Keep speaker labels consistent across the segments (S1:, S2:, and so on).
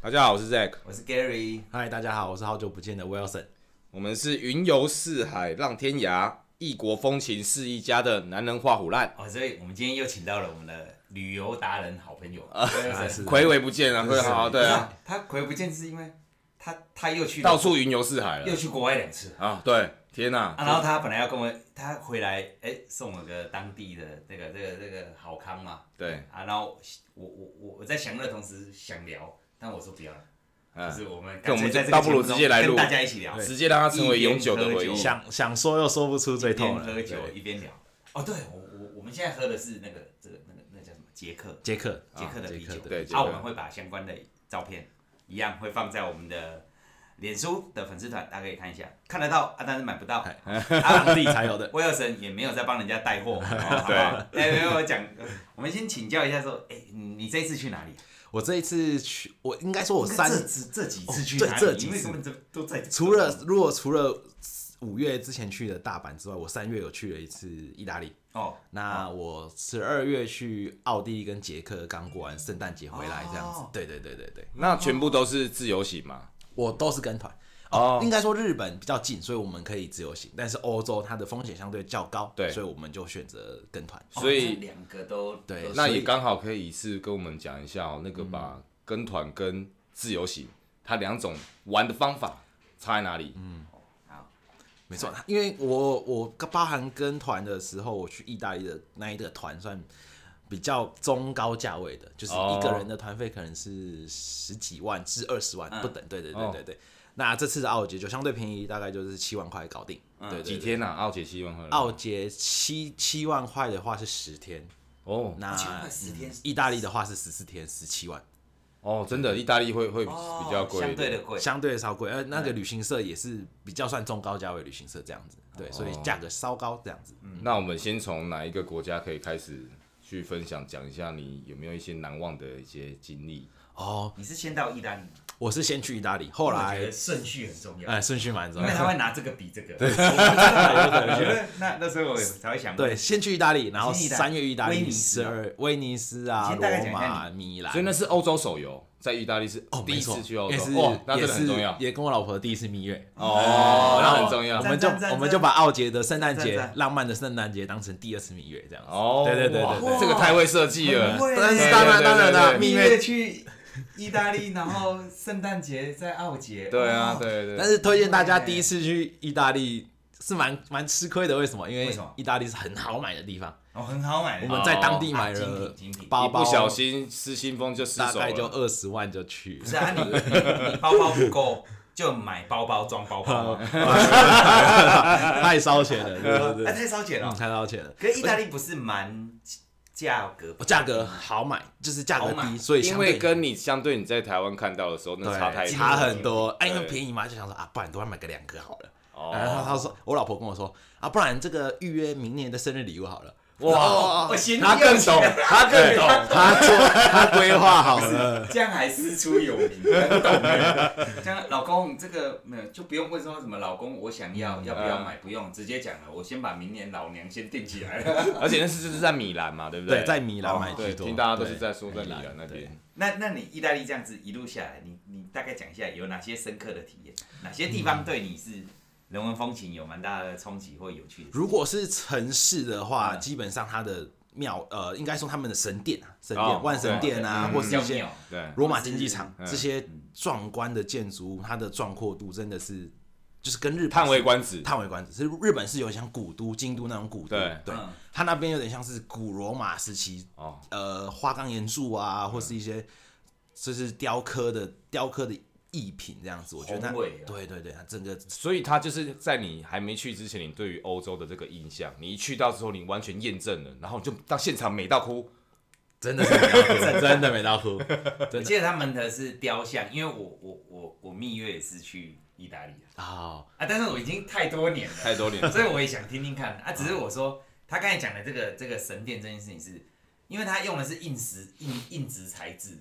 S1: 大家好，我是 Zack，
S2: 我是 Gary，
S3: 嗨，大家好，我是好久不见的 Wilson。
S1: 我们是云游四海浪天涯，异国风情是一家的男人画虎烂。
S2: 哦，所以我们今天又请到了我们的旅游达人好朋友，
S3: 啊
S2: 是
S3: 是
S1: 魁伟不见了，对，好，对啊，，
S2: 他回不见是因为他他又去
S1: 到处云游四海
S2: 又
S1: 了
S2: 去国外两次了
S1: 啊，对，天哪、
S2: 啊，然后他本来要跟我他回来，哎、送我个当地的这个这个这个好康嘛，
S1: 对，
S2: 啊，然后我我我我在享乐的同时想聊，但我说不要了，
S1: 嗯
S2: 就是我们
S1: 那我们
S2: 干脆在
S1: 就
S2: 这个
S1: 倒不如
S2: 节目中
S1: 直接来录
S2: 跟大家一起聊，
S1: 直接让它成为永久的
S2: 一
S1: 回
S2: 边喝
S1: 忆
S2: 酒。
S3: 想想说又说不出最
S2: 一
S3: 痛
S2: 边哦喝
S3: 了。
S2: 酒一边聊。哦，对，我我我们现在喝的是那个这个那个那个叫什么捷克
S3: 杰克，
S2: 捷克的啤酒，
S3: 的
S1: 对捷
S2: 啊，
S1: 克
S2: 我们会把相关的照片一样会放在我们的脸书的粉丝团，大家可以看一下，看得到啊，但是买不
S3: 哎
S2: 到。啊
S3: 当地 才有的。
S2: 威尔森也没有在帮人家带 货，哦好不好？哎，没有我讲，我们先请教一下说，哎，你你这一次去哪里？
S3: 我这一次去，我应该说我三
S2: 这这这几次去
S3: 哦对
S2: 哪
S3: 这
S2: 里？
S3: 几
S2: 因为
S3: 次
S2: 根本都都在
S3: 除了如果除了五月之前去的大阪之外，我三月有去了一次意大利。
S2: 哦，
S3: 那我十二月去奥地利跟捷克，刚过完圣诞节回来，这样子
S2: 哦。
S3: 对对对对对，
S1: 那全部都是自由行嘛？
S3: 我都是跟团。
S1: 哦
S3: 应该说日本比较近，所以我们可以自由行，但是欧洲它的风险相对较高，
S1: 对
S3: 所以我们就选择跟团。
S2: 哦
S1: 所以
S2: 这两个都
S3: 对
S2: 都是嗯
S1: 那也刚好可以一次跟我们讲一下、哦，那个把跟团跟自由行，它两种玩的方法差在哪里？
S2: 嗯好
S3: 没错，因为我我包含跟团的时候，我去意大利的那一个团算比较中高价位的，就是
S1: 哦
S3: 一个人的团费可能是十几万至二十万
S2: 嗯
S3: 不等。对对
S1: 哦
S3: 对对对。那这次的奥捷就相对便宜，大概就是七万块搞定。对对
S1: 几
S3: 对
S1: 天呐、啊？奥杰希望会来
S3: 奥捷七七万块的话是十天，
S1: 哦
S3: 那
S2: 七万块啊十天
S3: 嗯意大利的话是十四天，十七万。
S1: 哦，真的，意大利会会比较贵
S2: 哦
S1: 一
S2: 相对
S1: 点。
S2: 的贵。嗯
S3: 相对的超贵，而那个旅行社也是比较算中高价位旅行社这样子，对，所
S1: 哦
S3: 以价格稍高这样子。
S2: 嗯
S1: 那我们先从哪一个国家可以开始去分享，讲一下你有没有一些难忘的一些经历？
S3: 哦，
S2: 你是先到意大利吗，
S3: 我是先去意大利，后
S2: 我哦觉
S3: 来
S2: 得顺序很重要。
S3: 哎顺序蛮
S2: 因
S3: 重
S2: 为他
S3: 要。
S2: 会拿这个比这 个，我不知道我觉得那那时候我才会想，
S3: 对，，先去意大利，然后
S2: 先意大利
S3: 三月意大
S2: 威
S3: 利
S2: 尼斯
S3: 十
S2: 啊
S3: 二威尼斯
S2: 你
S3: 啊，
S2: 先大概讲
S3: 罗
S2: 一下
S3: 马、米兰
S1: 所以。那是欧洲手游，在意大利是
S3: 哦，
S1: 第
S3: 没
S1: 一
S3: 错
S1: 次去欧，
S3: 也
S1: 洲，
S3: 是
S1: 哇，那
S3: 也
S1: 真的很重
S3: 是
S1: 要
S3: 也跟我老婆的第一次蜜月，
S1: 哦，那很重
S3: 我
S1: 要
S2: 赞
S3: 们就
S2: 赞赞
S3: 我们就把奥捷的圣诞节
S2: 赞赞
S3: 浪漫的圣诞节当成第二次蜜月这样子。
S1: 哦，
S3: 对对对
S1: 哇
S3: 对对。
S1: 这个太会设计了
S2: 很，会
S3: 但
S2: 对
S3: 是当
S1: 对
S3: 然
S1: 对
S3: 当然
S1: 对
S3: 了，
S2: 蜜
S3: 蜜
S2: 月
S3: 月。
S2: 去意大利，然后圣诞节在奥捷，
S1: 对啊
S2: 哦，
S1: 对对
S3: 但是推荐大家第一次去意大利是蛮蛮吃亏的，为什么？因
S2: 为
S3: 为
S2: 什么
S3: 意大利是很好买的地方，
S2: 哦，很好买
S3: 我
S2: 的，
S3: 们在当地
S2: 哦
S3: 买
S2: 啊精
S3: 了
S2: 品精品
S3: 包
S1: 一
S3: 包，
S1: 不小心失心疯就失
S3: 大
S1: 手
S3: 概就
S1: 了。
S3: 二十万就 去
S2: 不。是啊，你你你包包不够就买包包装包 包啊嘛，
S3: 太烧钱了，对对
S2: 哎，
S3: 对，
S2: 太烧钱
S3: 嗯，
S2: 了。
S3: 太烧钱了。
S2: 可是意大利不是蛮价 格
S3: 价格好买，就是价格
S2: 好买
S3: 低，所以
S1: 因
S3: 相
S1: 为
S3: 对
S1: 跟你相对你在台湾看到的时候，那差太
S3: 对
S1: 多
S3: 差很多。哎，因
S1: 对
S3: 为便宜嘛，就想说啊，不然多买个两个好了。然后
S1: 哦，
S3: 他说，我老婆跟我说啊，不然这个预约明年的生日礼物好了。
S1: 哇，
S2: 我嫌
S1: 他
S2: 你
S1: 更懂，他更懂，
S3: 他做他规划好了。
S2: 这样还师出有名， 很懂欸这样老公这个没有就不用问说什么老公我想要
S3: 嗯
S2: 要不要
S3: 啊
S2: 买，不用直接讲了，我先把明年老娘先定起来了。
S1: 而且那是就是在米兰嘛， 对不
S3: 对，
S1: 对，
S3: 在米兰买
S2: 哦
S3: 居
S1: 对，
S3: 多，
S1: 听大家都是
S3: 对
S1: 在说在米
S3: 米
S1: 兰
S3: 兰
S1: 那边。
S2: 那那你意大利这样子一路下来，你你大概讲一下有哪些深刻的体验，哪些地方对你是人文风情有蛮大的冲击或有趣的事？
S3: 如果是城市的话，
S2: 嗯
S3: 基本上它的庙，呃，应该说他们的神殿啊，神
S1: 哦
S3: 殿、万神殿啊，
S2: 对
S3: 或是一
S2: 比较
S3: 些
S2: 妙
S1: 对，
S3: 罗马竞技场
S1: 嗯
S3: 这些壮观的建筑物，它的壮阔度真的是就是跟日本
S1: 叹为观止。
S3: 叹为观止。是日本是有点像古都京都那种古都，
S1: 对
S3: 对
S2: 嗯，
S3: 它那边有点像是古罗马时期
S1: 哦，
S3: 呃花岗岩柱啊，或是一些就是雕刻的雕刻的艺品这样子。我觉得它
S2: 宏伟啊
S3: 对对对，它整个
S1: 所以他就是在你还没去之前，你对于欧洲的这个印象，你一去到之后，你完全验证了，然后你就到现场美到哭。
S3: 真的是美到哭，真的美到哭。
S2: 我记得他们的是雕像，因为我我我我蜜月也是去意大利啊
S3: 好，
S2: 啊，但是我已经太多年了。
S1: 太多年
S2: 所以我也想听听看啊。只是我说他刚才讲的这个这个神殿这件事情是，因为他用的是硬石硬硬质材质，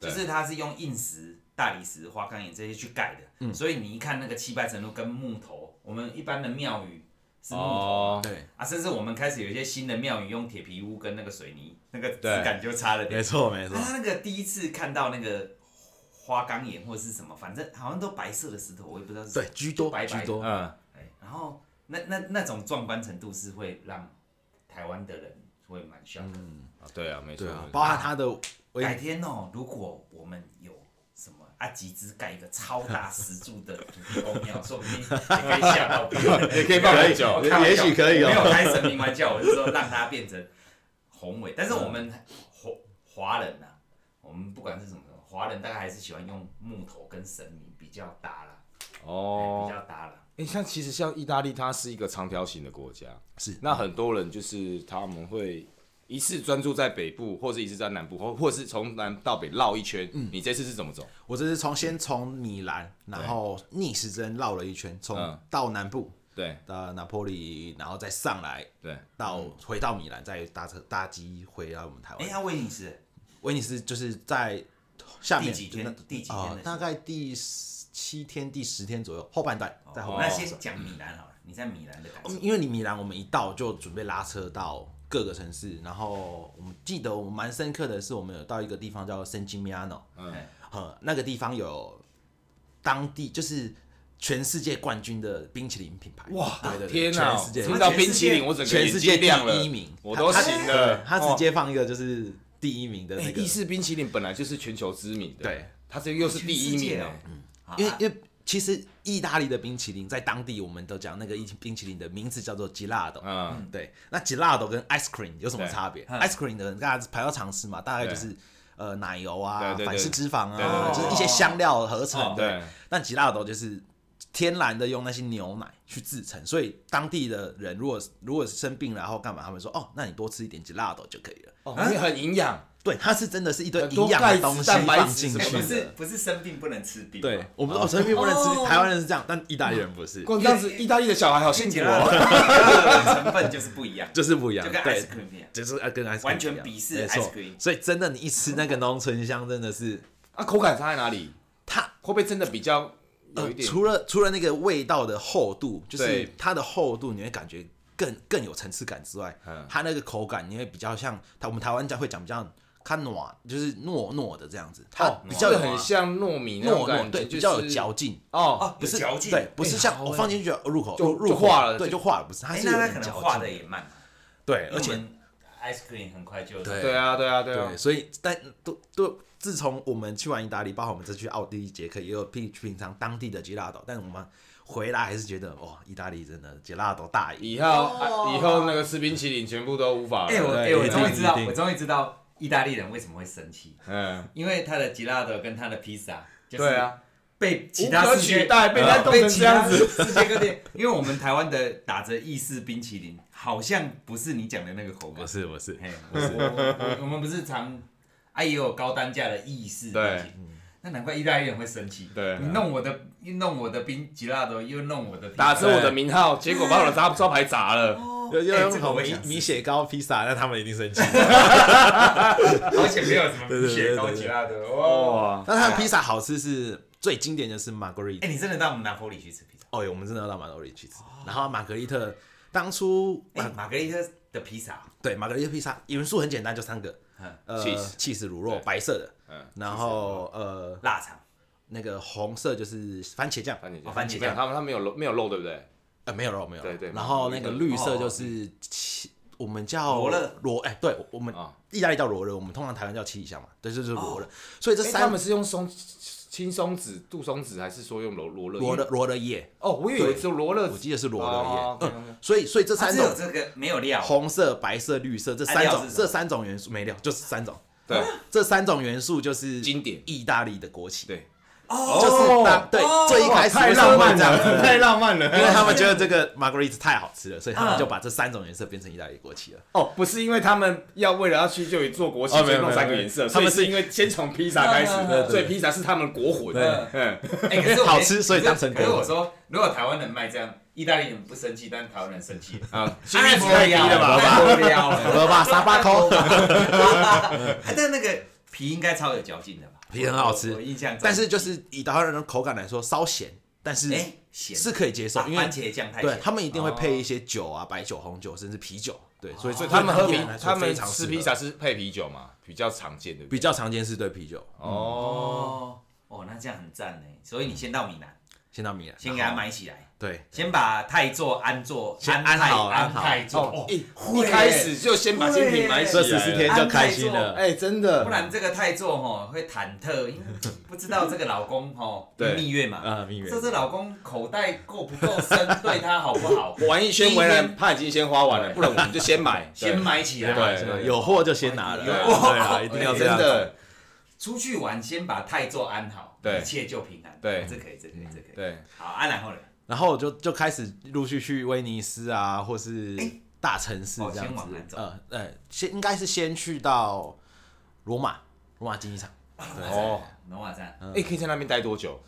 S2: 就
S1: 对
S2: 是它是用硬石、大理石、花岗岩这些去盖的，
S1: 嗯
S2: 所以你一看那个气派程度跟木头，我们一般的庙宇是木头。
S1: 哦，
S3: 对，
S2: 啊，甚至我们开始有一些新的庙宇用铁皮屋跟那个水泥，那个质
S1: 对
S2: 感就差了点。
S3: 没错没错
S2: 啊，。他那个第一次看到那个花岗岩或者是什么，反正好像都白色的石头，我也不知道是什么
S3: 对，居多
S2: 就白白
S3: 居多，
S1: 嗯，
S2: 哎然后那那那种壮观程度是会让台湾的人会蛮 shock 的。
S1: 啊对啊，没错
S3: 对啊，，
S1: 没错
S3: 包含它的威
S2: 改天哦，如果我们有什么阿吉之盖一个超大石柱的土地公庙，说不定也可以吓到别人。
S1: 也可以放很久
S2: 我，开玩笑
S3: 也许可以哦
S2: 我没有开神明玩笑，我是说让它变成宏伟。但是我们华华人呐、我们不管是什么，华人大概还是喜欢用木头跟神明比较搭啦，哎
S1: 哦
S2: 比，较搭啦。
S1: 哎、像其实像意大利，它是一个长条形的国家，
S3: 是
S1: 那很多人就是他们会一次专注在北部，或是一次在南部，或或是从南到北绕一圈。
S3: 嗯
S1: 你这次是怎么走？
S3: 我这是从先从米兰，然后逆时针绕了一圈，从
S1: 嗯
S3: 到南部
S1: 对
S3: 的拿坡里，然后再上来
S1: 对，
S3: 到回到米兰，再搭车搭机回到我们台
S2: 哎、
S3: 湾。
S2: 那威尼斯
S3: 威尼斯就是在下面
S2: 第几天
S3: 就那
S2: 第几天的
S3: 呃
S2: 时候
S3: 大概第十七天、第十天左右，后半段在后
S2: 哦，
S3: 半
S2: 那
S3: 段。
S2: 先讲米兰好了，你在米兰的感受
S3: 嗯。因为你米兰，我们一到就准备拉车到各个城市，然后我们记得我们蛮深刻的是，我们有到一个地方叫 San Gimignano，
S1: 嗯
S2: 哎
S3: 呃，那个地方有当地就是全世界冠军的冰淇淋品牌，哇对对对，
S1: 天
S3: 哪，
S1: 哪！
S3: 全世界
S1: 听到冰淇淋，我整个
S3: 全
S1: 眼
S3: 世
S1: 睛
S3: 界第
S1: 亮了，
S3: 一名，
S1: 我都
S3: 他
S1: 醒了。哦
S3: 他对他直接放一个就是第一名的
S1: 哦，哎、
S3: 那个
S1: 意，式冰淇淋本来就是全球知名的，
S3: 对，
S1: 它这个又是第一
S2: 全世
S1: 名
S2: 界
S1: 哎、
S2: 哦好
S3: 因为
S2: 啊
S3: 因为。其实意大利的冰淇淋在当地，我们都讲那个冰淇淋的名字叫做 gelato，
S1: 嗯，
S3: 对，那 gelato 跟 ice cream 有什么
S1: 对
S3: 差别
S2: 嗯
S3: ？ice cream 的大家排到常吃嘛，大概就是呃奶油啊
S1: 对、对对
S3: 反式脂肪
S1: 对对
S3: 啊，
S1: 对
S3: 就是一些香料合
S2: 哦
S3: 成。
S1: 对，
S3: 但 gelato 就是天然的用那些牛奶去制成，所以当地的人如果如果生病了然后干嘛，他们说哦，那你多吃一点 gelato 就可以了。
S1: 哦，因为很营养，
S3: 对，它是真的是一堆
S1: 很多
S3: 营养的
S1: 钙质
S3: 东西
S1: 蛋白
S3: 放
S1: 质
S3: 进
S1: 什
S2: 哎
S1: 么
S3: 去
S2: 不
S1: 的
S2: 是
S3: 的。
S2: 不是生病不能吃冰吗，
S3: 对，我们哦，所以不能吃，台湾人是这样，但意大利人不是，
S1: 光这样子，意大利的小孩好幸福
S2: 觉
S1: 哦。
S2: 得成分就是不一样，
S3: 就是不一样，
S2: 就跟
S3: 对
S2: ice，cream 一样。
S3: 就是呃跟 ice cream
S2: 完全
S3: 一样
S2: 鄙视
S3: 没错
S2: ice cream
S3: 所以真的，你一吃那个浓醇香，真的是
S1: 啊，口感差在哪里？
S3: 它
S1: 会不会真的比较有
S3: 呃
S1: 一，点？
S3: 除了除了那个味道的厚度，就是
S1: 对
S3: 它的厚度，你会感觉更更有层次感之外，
S1: 嗯
S3: 它那个口感你会比较像它我们台湾讲会讲比较它糯，就是糯糯的这样子，它比较
S1: 这个
S3: 有
S1: 很像啊糯米那种
S3: 糯
S1: 感觉，
S3: 糯，对，
S1: 就是
S3: 比较有嚼劲，
S1: 哦，
S3: 不是
S2: 有嚼劲
S3: 对，不是
S1: 哎
S3: 像
S1: 好
S3: 我
S1: 哎
S3: 放进去就入口
S1: 就
S3: 入
S1: 就
S3: 入口
S1: 化了
S3: 对，
S1: 就
S3: 就化了，不是，它
S2: 哎，
S3: 是
S2: 那
S3: 有
S2: 他
S3: 点
S2: 可能
S3: 嚼劲
S2: 化的也慢嘛，
S3: 对，
S2: 因为
S3: 而
S2: 我
S3: 且
S2: 们 ice cream 很快就
S3: 对
S1: 对啊，对啊，对啊
S3: 对，，所以但都都自从我们去完意大利，包括我们这去奥地利、捷克，也有品品尝当地的吉拉岛，但我们回来还是觉得哇，意大利真的吉拉岛大一。
S1: 以后、啊以后那个吃冰淇淋全部都无法了。
S2: 哎、我哎、
S3: 对
S2: 我
S3: 一
S2: 终于
S3: 定
S2: 知道
S3: 一，定
S2: 我终于知道意大利人为什么会生气，
S1: 嗯，
S2: 因为他的吉拉德跟他的披萨，就是
S1: 对啊，
S2: 被其
S1: 无
S2: 他
S1: 可
S2: 世界呃
S1: 取代，被人家冻
S2: 被
S1: 成
S2: 其
S1: 这
S2: 他
S1: 样子。
S2: 世界各地，因为我们台湾的打着意式冰淇淋，好像不是你讲的那个口感。
S3: 是不是
S2: 嘿，我我我们不是常，啊也有高单价的意式冰淇淋，那难怪意大利人会生气。
S1: 对
S2: 你弄我的，你弄我的冰吉拉德，又弄我的披萨
S1: 打着我的名号，结果把我的招招牌砸了。
S3: 又又
S2: 哎
S3: 用
S2: 这个
S3: 好
S2: 我也
S3: 米
S2: 想吃
S3: 米血糕披萨，那他们一 定生气。
S2: 而且没有什么
S3: 对对对
S2: 雪糕
S3: 对对
S2: 吉拉德哦。
S1: 哇，
S3: 但他们披萨好吃是最经典的是玛格丽
S2: 哎，
S3: 特，
S2: 你真的到我们拿坡里去吃披萨？
S3: 哦，我们真的要到玛格丽特去吃。然后玛格丽特当初
S2: 哎，
S3: 玛
S2: 玛格丽特的披萨，
S3: 对玛格丽特披萨元素很简单，就三个
S2: 嗯，
S3: 呃
S1: Cheese
S3: 气死乳酪
S1: 对
S3: 白色的，
S1: 嗯，
S3: 然后呃
S2: 腊肠，
S3: 那个红色就是番茄酱，
S1: 番茄
S2: 哦
S1: 酱，
S2: 番茄酱
S1: 没有他们他们没有肉，没有肉，对不对？
S3: 呃，没有肉，没有肉。
S1: 对对
S3: 然后那个绿色
S2: 哦
S3: 就是七，我们叫
S2: 罗勒
S3: 罗，哎，对，我们
S1: 啊
S3: 意大利叫罗勒，我们通常台湾叫七里香嘛，对，就是罗勒
S2: 哦。
S3: 所以这
S1: 哎他
S3: 三
S1: 们是用松青松子、杜松子，还是说用罗罗勒？
S3: 罗勒罗勒叶，
S1: 哦，我以为只有罗勒
S3: 我记得是罗
S1: 哦
S3: 勒叶。
S1: ，OK，OK
S3: 嗯，所以所以这
S2: 它
S3: 三
S2: 只
S3: 种
S2: 有这个没有料，
S3: 红色、白色、绿色这
S2: 啊
S3: 三
S2: 料
S3: 种
S2: 是什么
S3: 这三种元素没料，就是三种。
S1: 对
S3: 这三种元素就是
S1: 经典
S3: 意大利的国旗，
S1: 对，
S3: 就是当对
S2: 哦
S3: 最一开始为什么会这样 子？
S1: 太浪漫了
S3: 因为他们觉得这个 margarita 太好吃了，所以他们
S2: 嗯
S3: 就把这三种颜色变成意大利国旗了。
S1: 哦，不是因为他们要为了要去就做国旗，
S3: 哦
S1: 所以
S3: 没有
S1: 弄
S3: 没有
S1: 三个
S3: 没有
S1: 颜色，
S3: 他们
S1: 所以是因为先从披萨开始
S2: 嗯嗯嗯，
S1: 所以披萨是他们国魂。
S3: 对
S1: 嗯，
S2: 哎，可是我
S3: 好吃所以当成
S2: 可是
S3: 国
S2: 我
S3: 魂
S2: 说，如果台湾人卖这样，意大利人不生气，但台湾人生气，
S1: 啊，
S2: 太无聊
S1: 了吧？
S2: 太无聊
S3: 好
S2: 了。
S3: 了吧，沙 巴扣。
S2: 哎但那个皮应该超有嚼劲的吧？
S3: 皮很好吃
S2: 我我印象中。
S3: 但是就是以台湾人的口感来说，稍咸，但是
S2: 哎，咸
S3: 是可以接受
S2: 啊，
S3: 因为
S2: 番茄酱太
S3: 对
S2: 咸。哦
S3: 他们一定会配一些酒啊，白酒、红酒，甚至啤酒。对，所以
S1: 所以他们喝
S3: 啤
S1: 啤，他
S3: 非
S1: 们
S3: 常适
S1: 吃
S3: 合
S1: 披萨是配啤酒嘛，比较常见的。
S3: 比较常见是对啤酒。
S1: 哦，
S2: 哦，哦，那这样很赞呢。所以你先到米兰，
S3: 先到米兰，
S2: 先给他买起来，
S3: 对，
S2: 先把泰座、安座、
S3: 先
S2: 安泰
S3: 安好
S2: 安
S3: 安好
S2: 泰座，
S1: 哦
S2: 哦，
S1: 一
S2: 会
S1: 一开始就先把精品买起来，
S3: 这十四天就开心了。
S1: 哎，真的
S2: 不，然这个泰座吼会忐忑，因为不知道这个老公吼
S1: 对
S2: 蜜月嘛，
S3: 啊，蜜月
S2: 这是老公口袋够不够深，对他好不好？
S1: 玩一圈回来，怕已经先花完了，不 然我们就先买，
S2: 先买起来，
S1: 对
S3: 是吧有货就先拿了，
S2: 有
S1: 货
S3: 对啊，一定
S1: 对，
S3: 要
S1: 真
S3: 这样。
S1: 的，
S2: 出去玩先把泰座安好，
S1: 对
S2: 一切就平安。
S1: 对
S2: 这可以，这可以，这
S3: 嗯
S2: 可以。
S1: 对，
S2: 好，安然后嘞，
S3: 然后我就就开始陆续去威尼斯啊，或是大城市
S2: 哦
S3: 这样
S2: 先
S3: 子
S2: 往南。走
S3: 呃呃，先应该是先去到罗马，罗马竞技场。
S1: 哦，
S2: 罗马站，
S1: 哎，可以在那边待多久？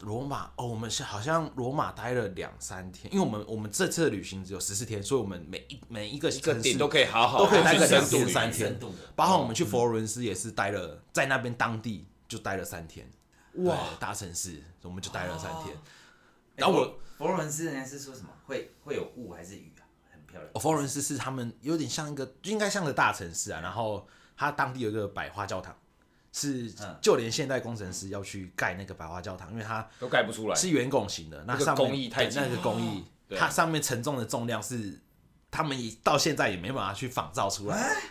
S3: 罗马哦，我们是好像罗马待了两三天，因为我们我们这次的旅行只有十四天，所以我们每一每一个
S1: 一个
S3: 城市
S1: 点都可以哦嗯好好
S3: 都可以待
S1: 去
S3: 个
S1: 深
S3: 两
S1: 度旅
S3: 天
S1: 行
S3: 三天
S2: 啊深度的，
S3: 包括我们去佛罗伦斯也是待了，在那边当地就待了三天，哇，大城市我们就待了三天。然后我
S2: 哎佛罗伦斯人家是说什么？会会有雾还是雨啊？很漂亮。
S3: 哦佛罗伦斯是他们有点像一个，应该像个大城市啊。然后它当地有一个百花教堂，是
S2: 嗯
S3: 就连现代工程师要去盖那个百花教堂，因为它
S1: 都盖不出来，
S3: 是圆拱形的，那
S1: 那个
S3: 上面
S1: 工艺太
S3: 对
S1: 精
S3: 那个
S1: 良
S3: 工艺，
S1: 对
S3: 它上面承重的重量是他们也到现在也没办法去仿造出来。对
S2: 啊现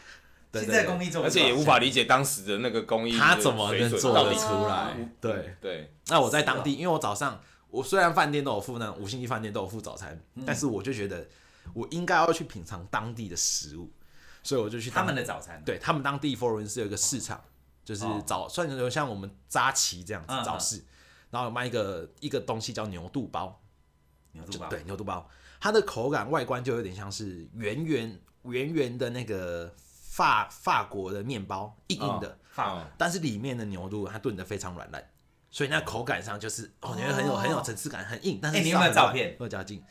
S3: 对
S2: 在
S3: 对
S2: 工艺做不
S1: 而
S2: 到，
S1: 且也无法理解当时的那个工艺，
S3: 他怎么能做
S1: 到
S3: 得
S1: 底
S3: 出来？对，
S1: 对，
S3: 那我在当地，因为我早上我虽然饭店都有付那种五星级饭店都有付早餐，
S1: 嗯
S3: 但是我就觉得我应该要去品尝当地的食物，所以我就去
S2: 他
S3: 当
S2: 们的早餐。
S3: 对他们当地佛罗伦斯有一个市场，就是
S2: 哦
S3: 早算是像我们扎旗这样子
S2: 嗯嗯
S3: 早市，然后有卖一个一个东西叫牛肚包，
S2: 牛肚
S3: 就
S2: 包，
S3: 对牛肚包，它的口感外观就有点像是圆圆圆圆的那个法法国的面包，硬硬的。
S2: 法
S1: 嗯
S3: 但是里面的牛肚它炖得非常软烂，所以那口感上就是哦，你会很有很有层次感，很硬，但是
S2: 哎你有
S3: 是
S2: 没有
S3: 很软
S2: 照片？
S3: 有嚼劲，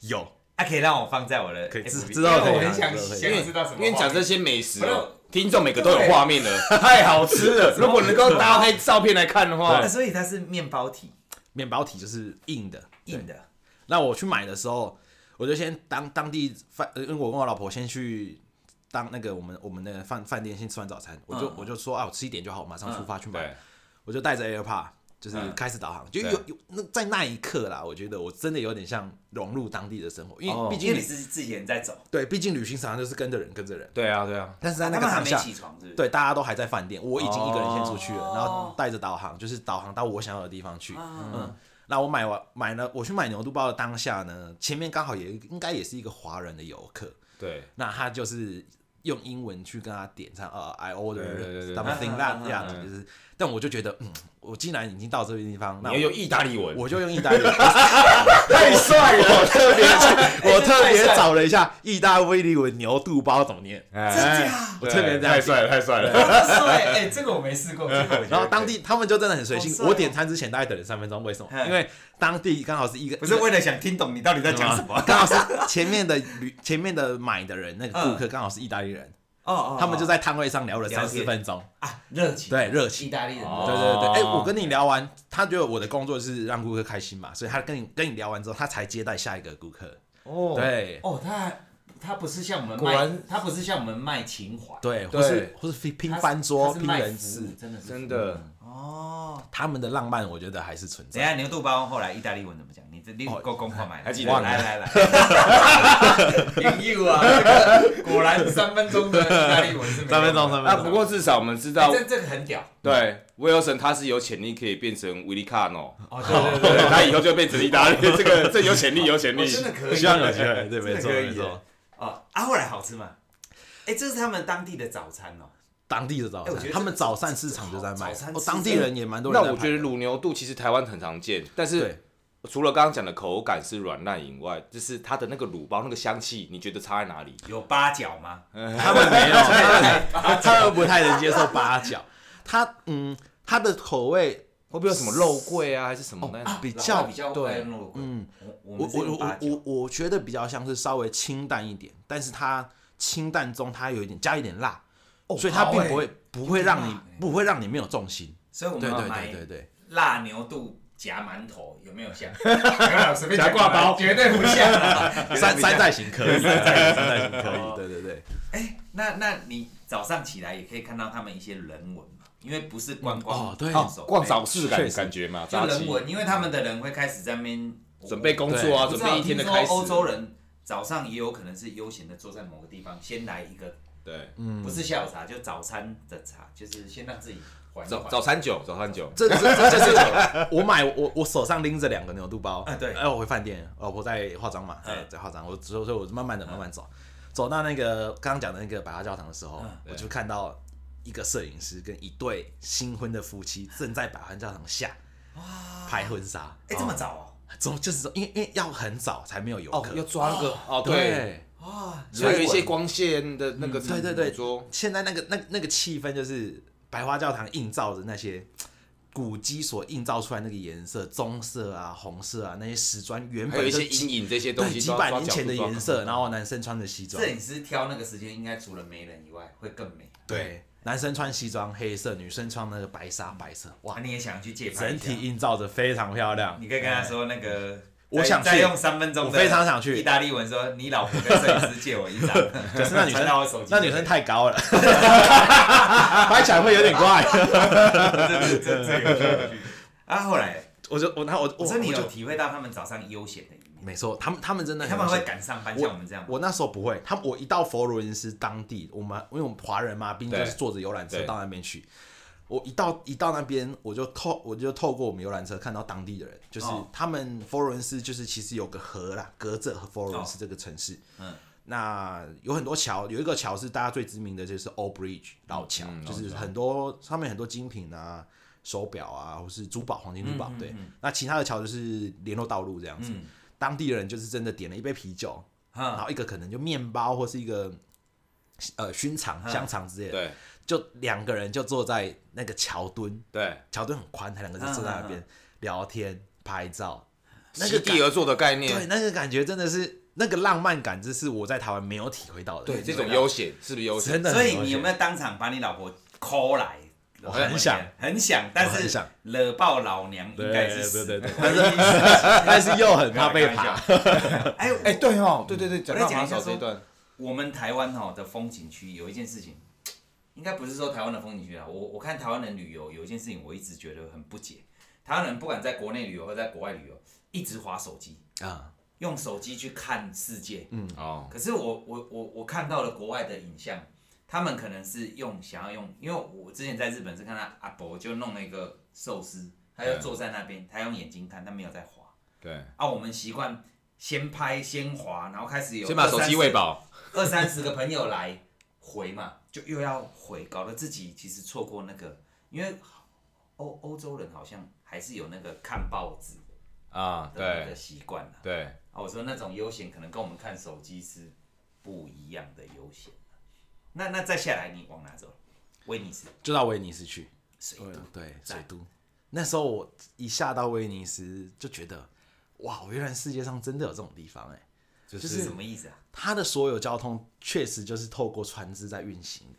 S3: 有，
S2: 啊，可以让我放在我的
S3: 可以
S2: FB
S3: 知知道
S2: 因为
S3: 可以
S2: 我很
S3: 啊
S2: 想
S3: 知道可以
S2: 想知道什么
S1: 因
S2: 画面，
S1: 为讲这些美食
S2: 不
S1: 哦
S2: 是，
S1: 听众每个都有画面 了，太好吃了。如果能够搭配照片来看的话
S2: 啊，，所以它是面包体
S3: 面包体就是硬的。
S2: 硬的，
S3: 那我去买的时候，我就先当当地饭，呃因为我跟我老婆先去。当那个我们我们的饭饭店先吃完早餐，我就、
S2: 嗯
S3: 我就说啊，我吃一点就好，马上出发去买。
S1: 对，
S3: 我就带着 AirPod，就是
S2: 嗯
S3: 开始导航，就
S1: 对
S3: 有有那在那一刻啦，我觉得我真的有点像融入当地的生活，因
S1: 哦
S3: 为毕
S2: 因
S3: 竟
S2: 为
S3: 旅、
S2: 你是自己人在走，
S3: 对，毕竟旅行常常就是跟着人跟着人，
S1: 对啊，对啊，
S3: 但是在
S2: 他
S3: 那
S2: 们
S3: 个
S2: 还
S3: 当
S2: 没
S3: 下，
S2: 起床是不是？
S3: 对，大家都还在饭店，我已经一个人先出去了，
S2: 哦啊
S3: 然后带着导航，就是导航到我想要的地方去。嗯，那我买完买了，我去买牛肚包的当下呢，前面刚好也应该也是一个华人的游客，
S1: 对，
S3: 那他就是用英文去跟他点唱呃，I
S1: 对对对
S3: order
S1: 对
S3: something
S2: 嗯
S3: that
S2: 嗯
S3: 这样子，
S1: 嗯
S3: 就是，但我就觉得，嗯，我既然已经到这个地方，那
S1: 你要用
S3: 我
S1: 意大利文，
S3: 我就用意大利文，
S1: 太帅了，特别
S3: 我特别找了一下意大利文牛肚包怎么念，
S2: 真
S1: 哎，
S2: 假？
S3: 我特别这样
S1: 太帅了，太帅了，
S2: 对，哎，这个我没试过。这个我觉得
S3: 然后当地他们就真的很随
S2: 好
S3: 性。
S2: 帅哦
S3: 我点餐之前大概等了三分钟，为什么？
S2: 嗯
S3: 因为当地刚好是一个
S2: 不是为了想听懂你到底在讲什么。
S3: 刚好是前面的旅前面的买的人那个顾客
S1: 嗯
S3: 刚好是意大利人，
S2: 哦哦，
S3: 他们就
S2: 在
S3: 在摊位上聊了
S2: 聊
S3: 三四
S2: 天
S3: 分钟。
S2: 啊热情，
S3: 对热
S2: 意
S3: 情
S2: 大利人
S1: 哦
S3: 对对对，哎，我跟你聊完，他觉得我的工作是让顾客开心嘛，所以他跟你跟你聊完之后，他才接待下一个顾客。
S1: 哦，
S3: 对
S2: 哦，他他不是像我们
S1: 果
S2: 卖
S1: 然，
S2: 他不是像我们卖情怀，
S3: 对，
S1: 对
S3: 或是或是拼拼
S2: 他是
S3: 翻桌、
S2: 他是
S3: 拼
S2: 卖服
S3: 人
S2: 务
S3: 次，
S2: 真的是服务
S1: 真的，
S2: 哦。
S3: 他们的浪漫我觉得还是存
S2: 等
S3: 在
S2: 一。下牛肚包后来意大利文怎么讲？你这你
S3: 哦
S2: 够公话买的，
S1: 还记得
S2: 来来 来，英语啊，这个果然三分钟的意大利文是没有的
S3: 三分钟，三分
S1: 那
S3: 钟。
S1: 不过至少我们知
S2: 哎
S1: 道，
S2: 这这个很屌
S1: 对，Wilson 他是有潜力可以变成维利卡诺，
S2: 哦，对对
S1: 对，他以后就变成意大利， 这个这有潜力，有潜力
S2: 我，哦真的可以，
S3: 希望有机会，对，
S2: 真的
S3: 没错
S2: 可以
S3: 没错。
S2: 哦啊，后来好吃吗？哎，这是他们当地的早餐哦，
S3: 当地的早
S2: 哎我觉
S3: 餐，
S2: 得
S3: 他们早膳市场就在卖
S2: 早餐，
S3: 哦
S2: 吃，
S3: 当地人也蛮多
S1: 那
S3: 人在
S1: 我
S3: 排的。
S1: 觉得乳牛肚其实台湾很常见，但是
S3: 对
S1: 除了刚刚讲的口感是软烂以外，就是它的那个乳包那个香气，你觉得差在哪里？
S2: 有八角吗？
S3: 他们没有，他们他们不太能接受八角。他嗯，他的口味哦
S1: 会不会有什么肉桂啊，还是什么那？
S3: 比
S2: 老
S3: 较
S2: 外比较
S3: 对，
S2: 嗯，我
S3: 我
S2: 们是
S3: 我
S2: 用八
S3: 我
S2: 角
S3: 我我觉得比较像是稍微清淡一点，但是它清淡中它有一点加一点辣，
S2: 哦
S3: 所以它并不会不会让
S2: 有
S3: 你
S2: 欸点辣欸
S3: 不会让你没有重心。
S2: 所以我们
S3: 对
S2: 要
S3: 对
S2: 买
S3: 对对对，
S2: 辣牛肚夹馒头，有没有 像？没有随便讲
S1: 夹挂包
S2: 绝对不像啊。
S3: 山山寨型可以，山寨型山寨型可
S2: 哦
S3: 以，对对对。
S2: 那那你早上起来也可以看到他们一些人文嘛，因为不是观
S3: 哦
S2: 光
S3: 对
S2: 动手
S1: 啊逛
S2: 背
S1: 早市的
S3: 确
S1: 感
S3: 实
S1: 感觉嘛，
S2: 就
S1: 扎
S2: 人
S1: 起
S2: 文，因为他们的人会开始在那边
S1: 准备工作啊，
S2: 我
S1: 准
S2: 知道
S1: 备一天的
S2: 听
S1: 开始。
S2: 说欧洲人早上也有可能是悠闲的坐在某个地方，先来一个，
S1: 对，
S3: 嗯
S2: 不是下午茶，就早餐的茶，就是先让自己缓一
S1: 早
S2: 缓。
S1: 早餐酒，早餐酒，
S3: 这这这这这，我买我我手上拎着两个牛肚包，
S2: 哎对
S3: 哎我回饭店，老婆在化妆嘛，呃
S2: 哎
S3: 在在化妆，我所以所以我就慢慢的慢慢走，走到那个刚刚讲的那个百花教堂的时候，我就看到一个摄影师跟一对新婚的夫妻正在百花教堂下拍婚纱，
S2: 哎，这么早
S3: 总就是说因为因为要很早才没有游客，
S1: 抓那个哦，对，
S3: 对
S2: 哦？哇，
S1: 所以有一些光线的那个
S3: 对对对
S1: 捕捉，
S3: 现在那个那那个气氛就是百花教堂映照着那些古迹所映照出来那个颜色，棕色啊、红色啊，那些石砖原
S1: 还有
S3: 本
S1: 一
S3: 就
S1: 些
S3: 几
S1: 阴影这些东
S3: 对
S1: 西，
S3: 几百年前的颜色，然后男生穿着西装
S2: 摄，影师挑那个时间，应该除了没人以外，会更美。
S3: 对，男生穿西装黑色，女生穿那个白纱白色，
S2: 哇，
S3: 哇，
S2: 你也想去借拍一
S3: 整
S2: 下
S3: 体映照着非常漂亮。
S2: 你可以跟他说那个，
S3: 我想去
S2: 再再用三分钟的
S3: 我非常想去
S2: 意大利文说，你老婆跟摄影师借我一 张，可
S3: 可是那女生
S2: 到我手机，
S3: 那女生太高了， 拍起来会有点怪。
S2: 这这这这有趣有趣啊，后来
S3: 我就我那我我
S2: 所以你
S3: 我
S2: 有
S3: 就
S2: 体会到他们早上悠闲的一面，
S3: 没错，他 哎们他们真的
S2: 他
S3: 很
S2: 们
S3: 有
S2: 会
S3: 钱
S2: 赶上班，像我们这样吗。
S3: 我那时候不会，他们我一到佛罗伦斯当地，我们因为我们华人嘛，毕竟就是坐着游览车
S1: 对
S3: 到那边去。我一到一到那边，我就透我就透过我们游览车看到当地的人，就是
S2: 哦
S3: 他们佛罗伦斯就是其实有个河啦，隔着佛罗伦斯这个城市，
S2: 嗯，
S3: 那有很多桥，有一个桥是大家最知名的，就是 Old Bridge 老桥，
S1: 嗯
S3: 就是
S1: 老桥
S3: 很多上面很多精品啊、手表啊，或是珠宝、黄金珠宝。
S2: 嗯嗯
S3: 对
S2: 嗯，
S3: 那其他的桥就是联络道路这样子。
S2: 嗯
S3: 当地人就是真的点了一杯啤酒，然
S2: 哈，
S3: 后一个可能就面包或是一个呃熏肠、香肠之类的，
S1: 对
S3: 就两个人就坐在那个桥墩，
S1: 对，
S3: 桥墩很宽，他两个就坐在那边聊天、拍照，那
S1: 席
S3: 个
S1: 地
S3: 感
S1: 而坐的概
S3: 对
S1: 念，
S3: 那个感觉真的是那个浪漫感，这是我在台湾没有体会到的，
S1: 对这种悠闲是不是悠闲？
S3: 真的
S2: 所
S3: 很悠闲。
S2: 以你有没有当场把你老婆 call 来？
S3: 我很想，
S2: 很想，但
S3: 我很
S2: 是
S3: 想
S2: 惹爆老娘应该是死
S3: 对对 对
S2: 但是
S3: 但是又很怕被爬，。
S2: 哎，我
S1: 哎，对哦，对对对，
S2: 讲
S1: 讲到
S2: 到马
S1: 马
S2: 手
S1: 手
S2: 这
S1: 这
S2: 一
S1: 一段，
S2: 我们台湾哦的风景区有一件事情，应该不是说台湾的风景区啊，我我看台湾人旅游有一件事情，我一直觉得很不解，台湾人不管在国内旅游或在国外旅游，一直划手机，
S3: 啊，
S2: 用手机去看世界。
S1: 哦，
S2: 可是我我我我看到了国外的影像，他们可能是用想要用，因为我之前在日本是看到阿伯就弄了一个寿司，他就坐在那边，他用眼睛看，他没有在滑。
S1: 对，
S2: 啊，我们习惯先拍先滑，然后开始有
S1: 先把手机喂饱，
S2: 二三十个朋友来回嘛，就又要回，搞得自己其实错过那个，因为欧欧洲人好像还是有那个看报纸
S1: 啊，
S2: 的那
S1: 对
S2: 个习惯啊。
S1: 对，
S2: 啊，我说那种悠闲可能跟我们看手机是不一样的悠闲啊、那那再下来你往哪走？威尼斯
S3: 就到威尼斯去，
S2: 水都
S3: 对，啊
S2: 在
S3: 水都。那时候我一下到威尼斯就觉得，哇，原来世界上真的有这种地方哎、
S1: 就是
S2: 什么意思啊？
S3: 它的所有交通确实就是透过船只在运行的。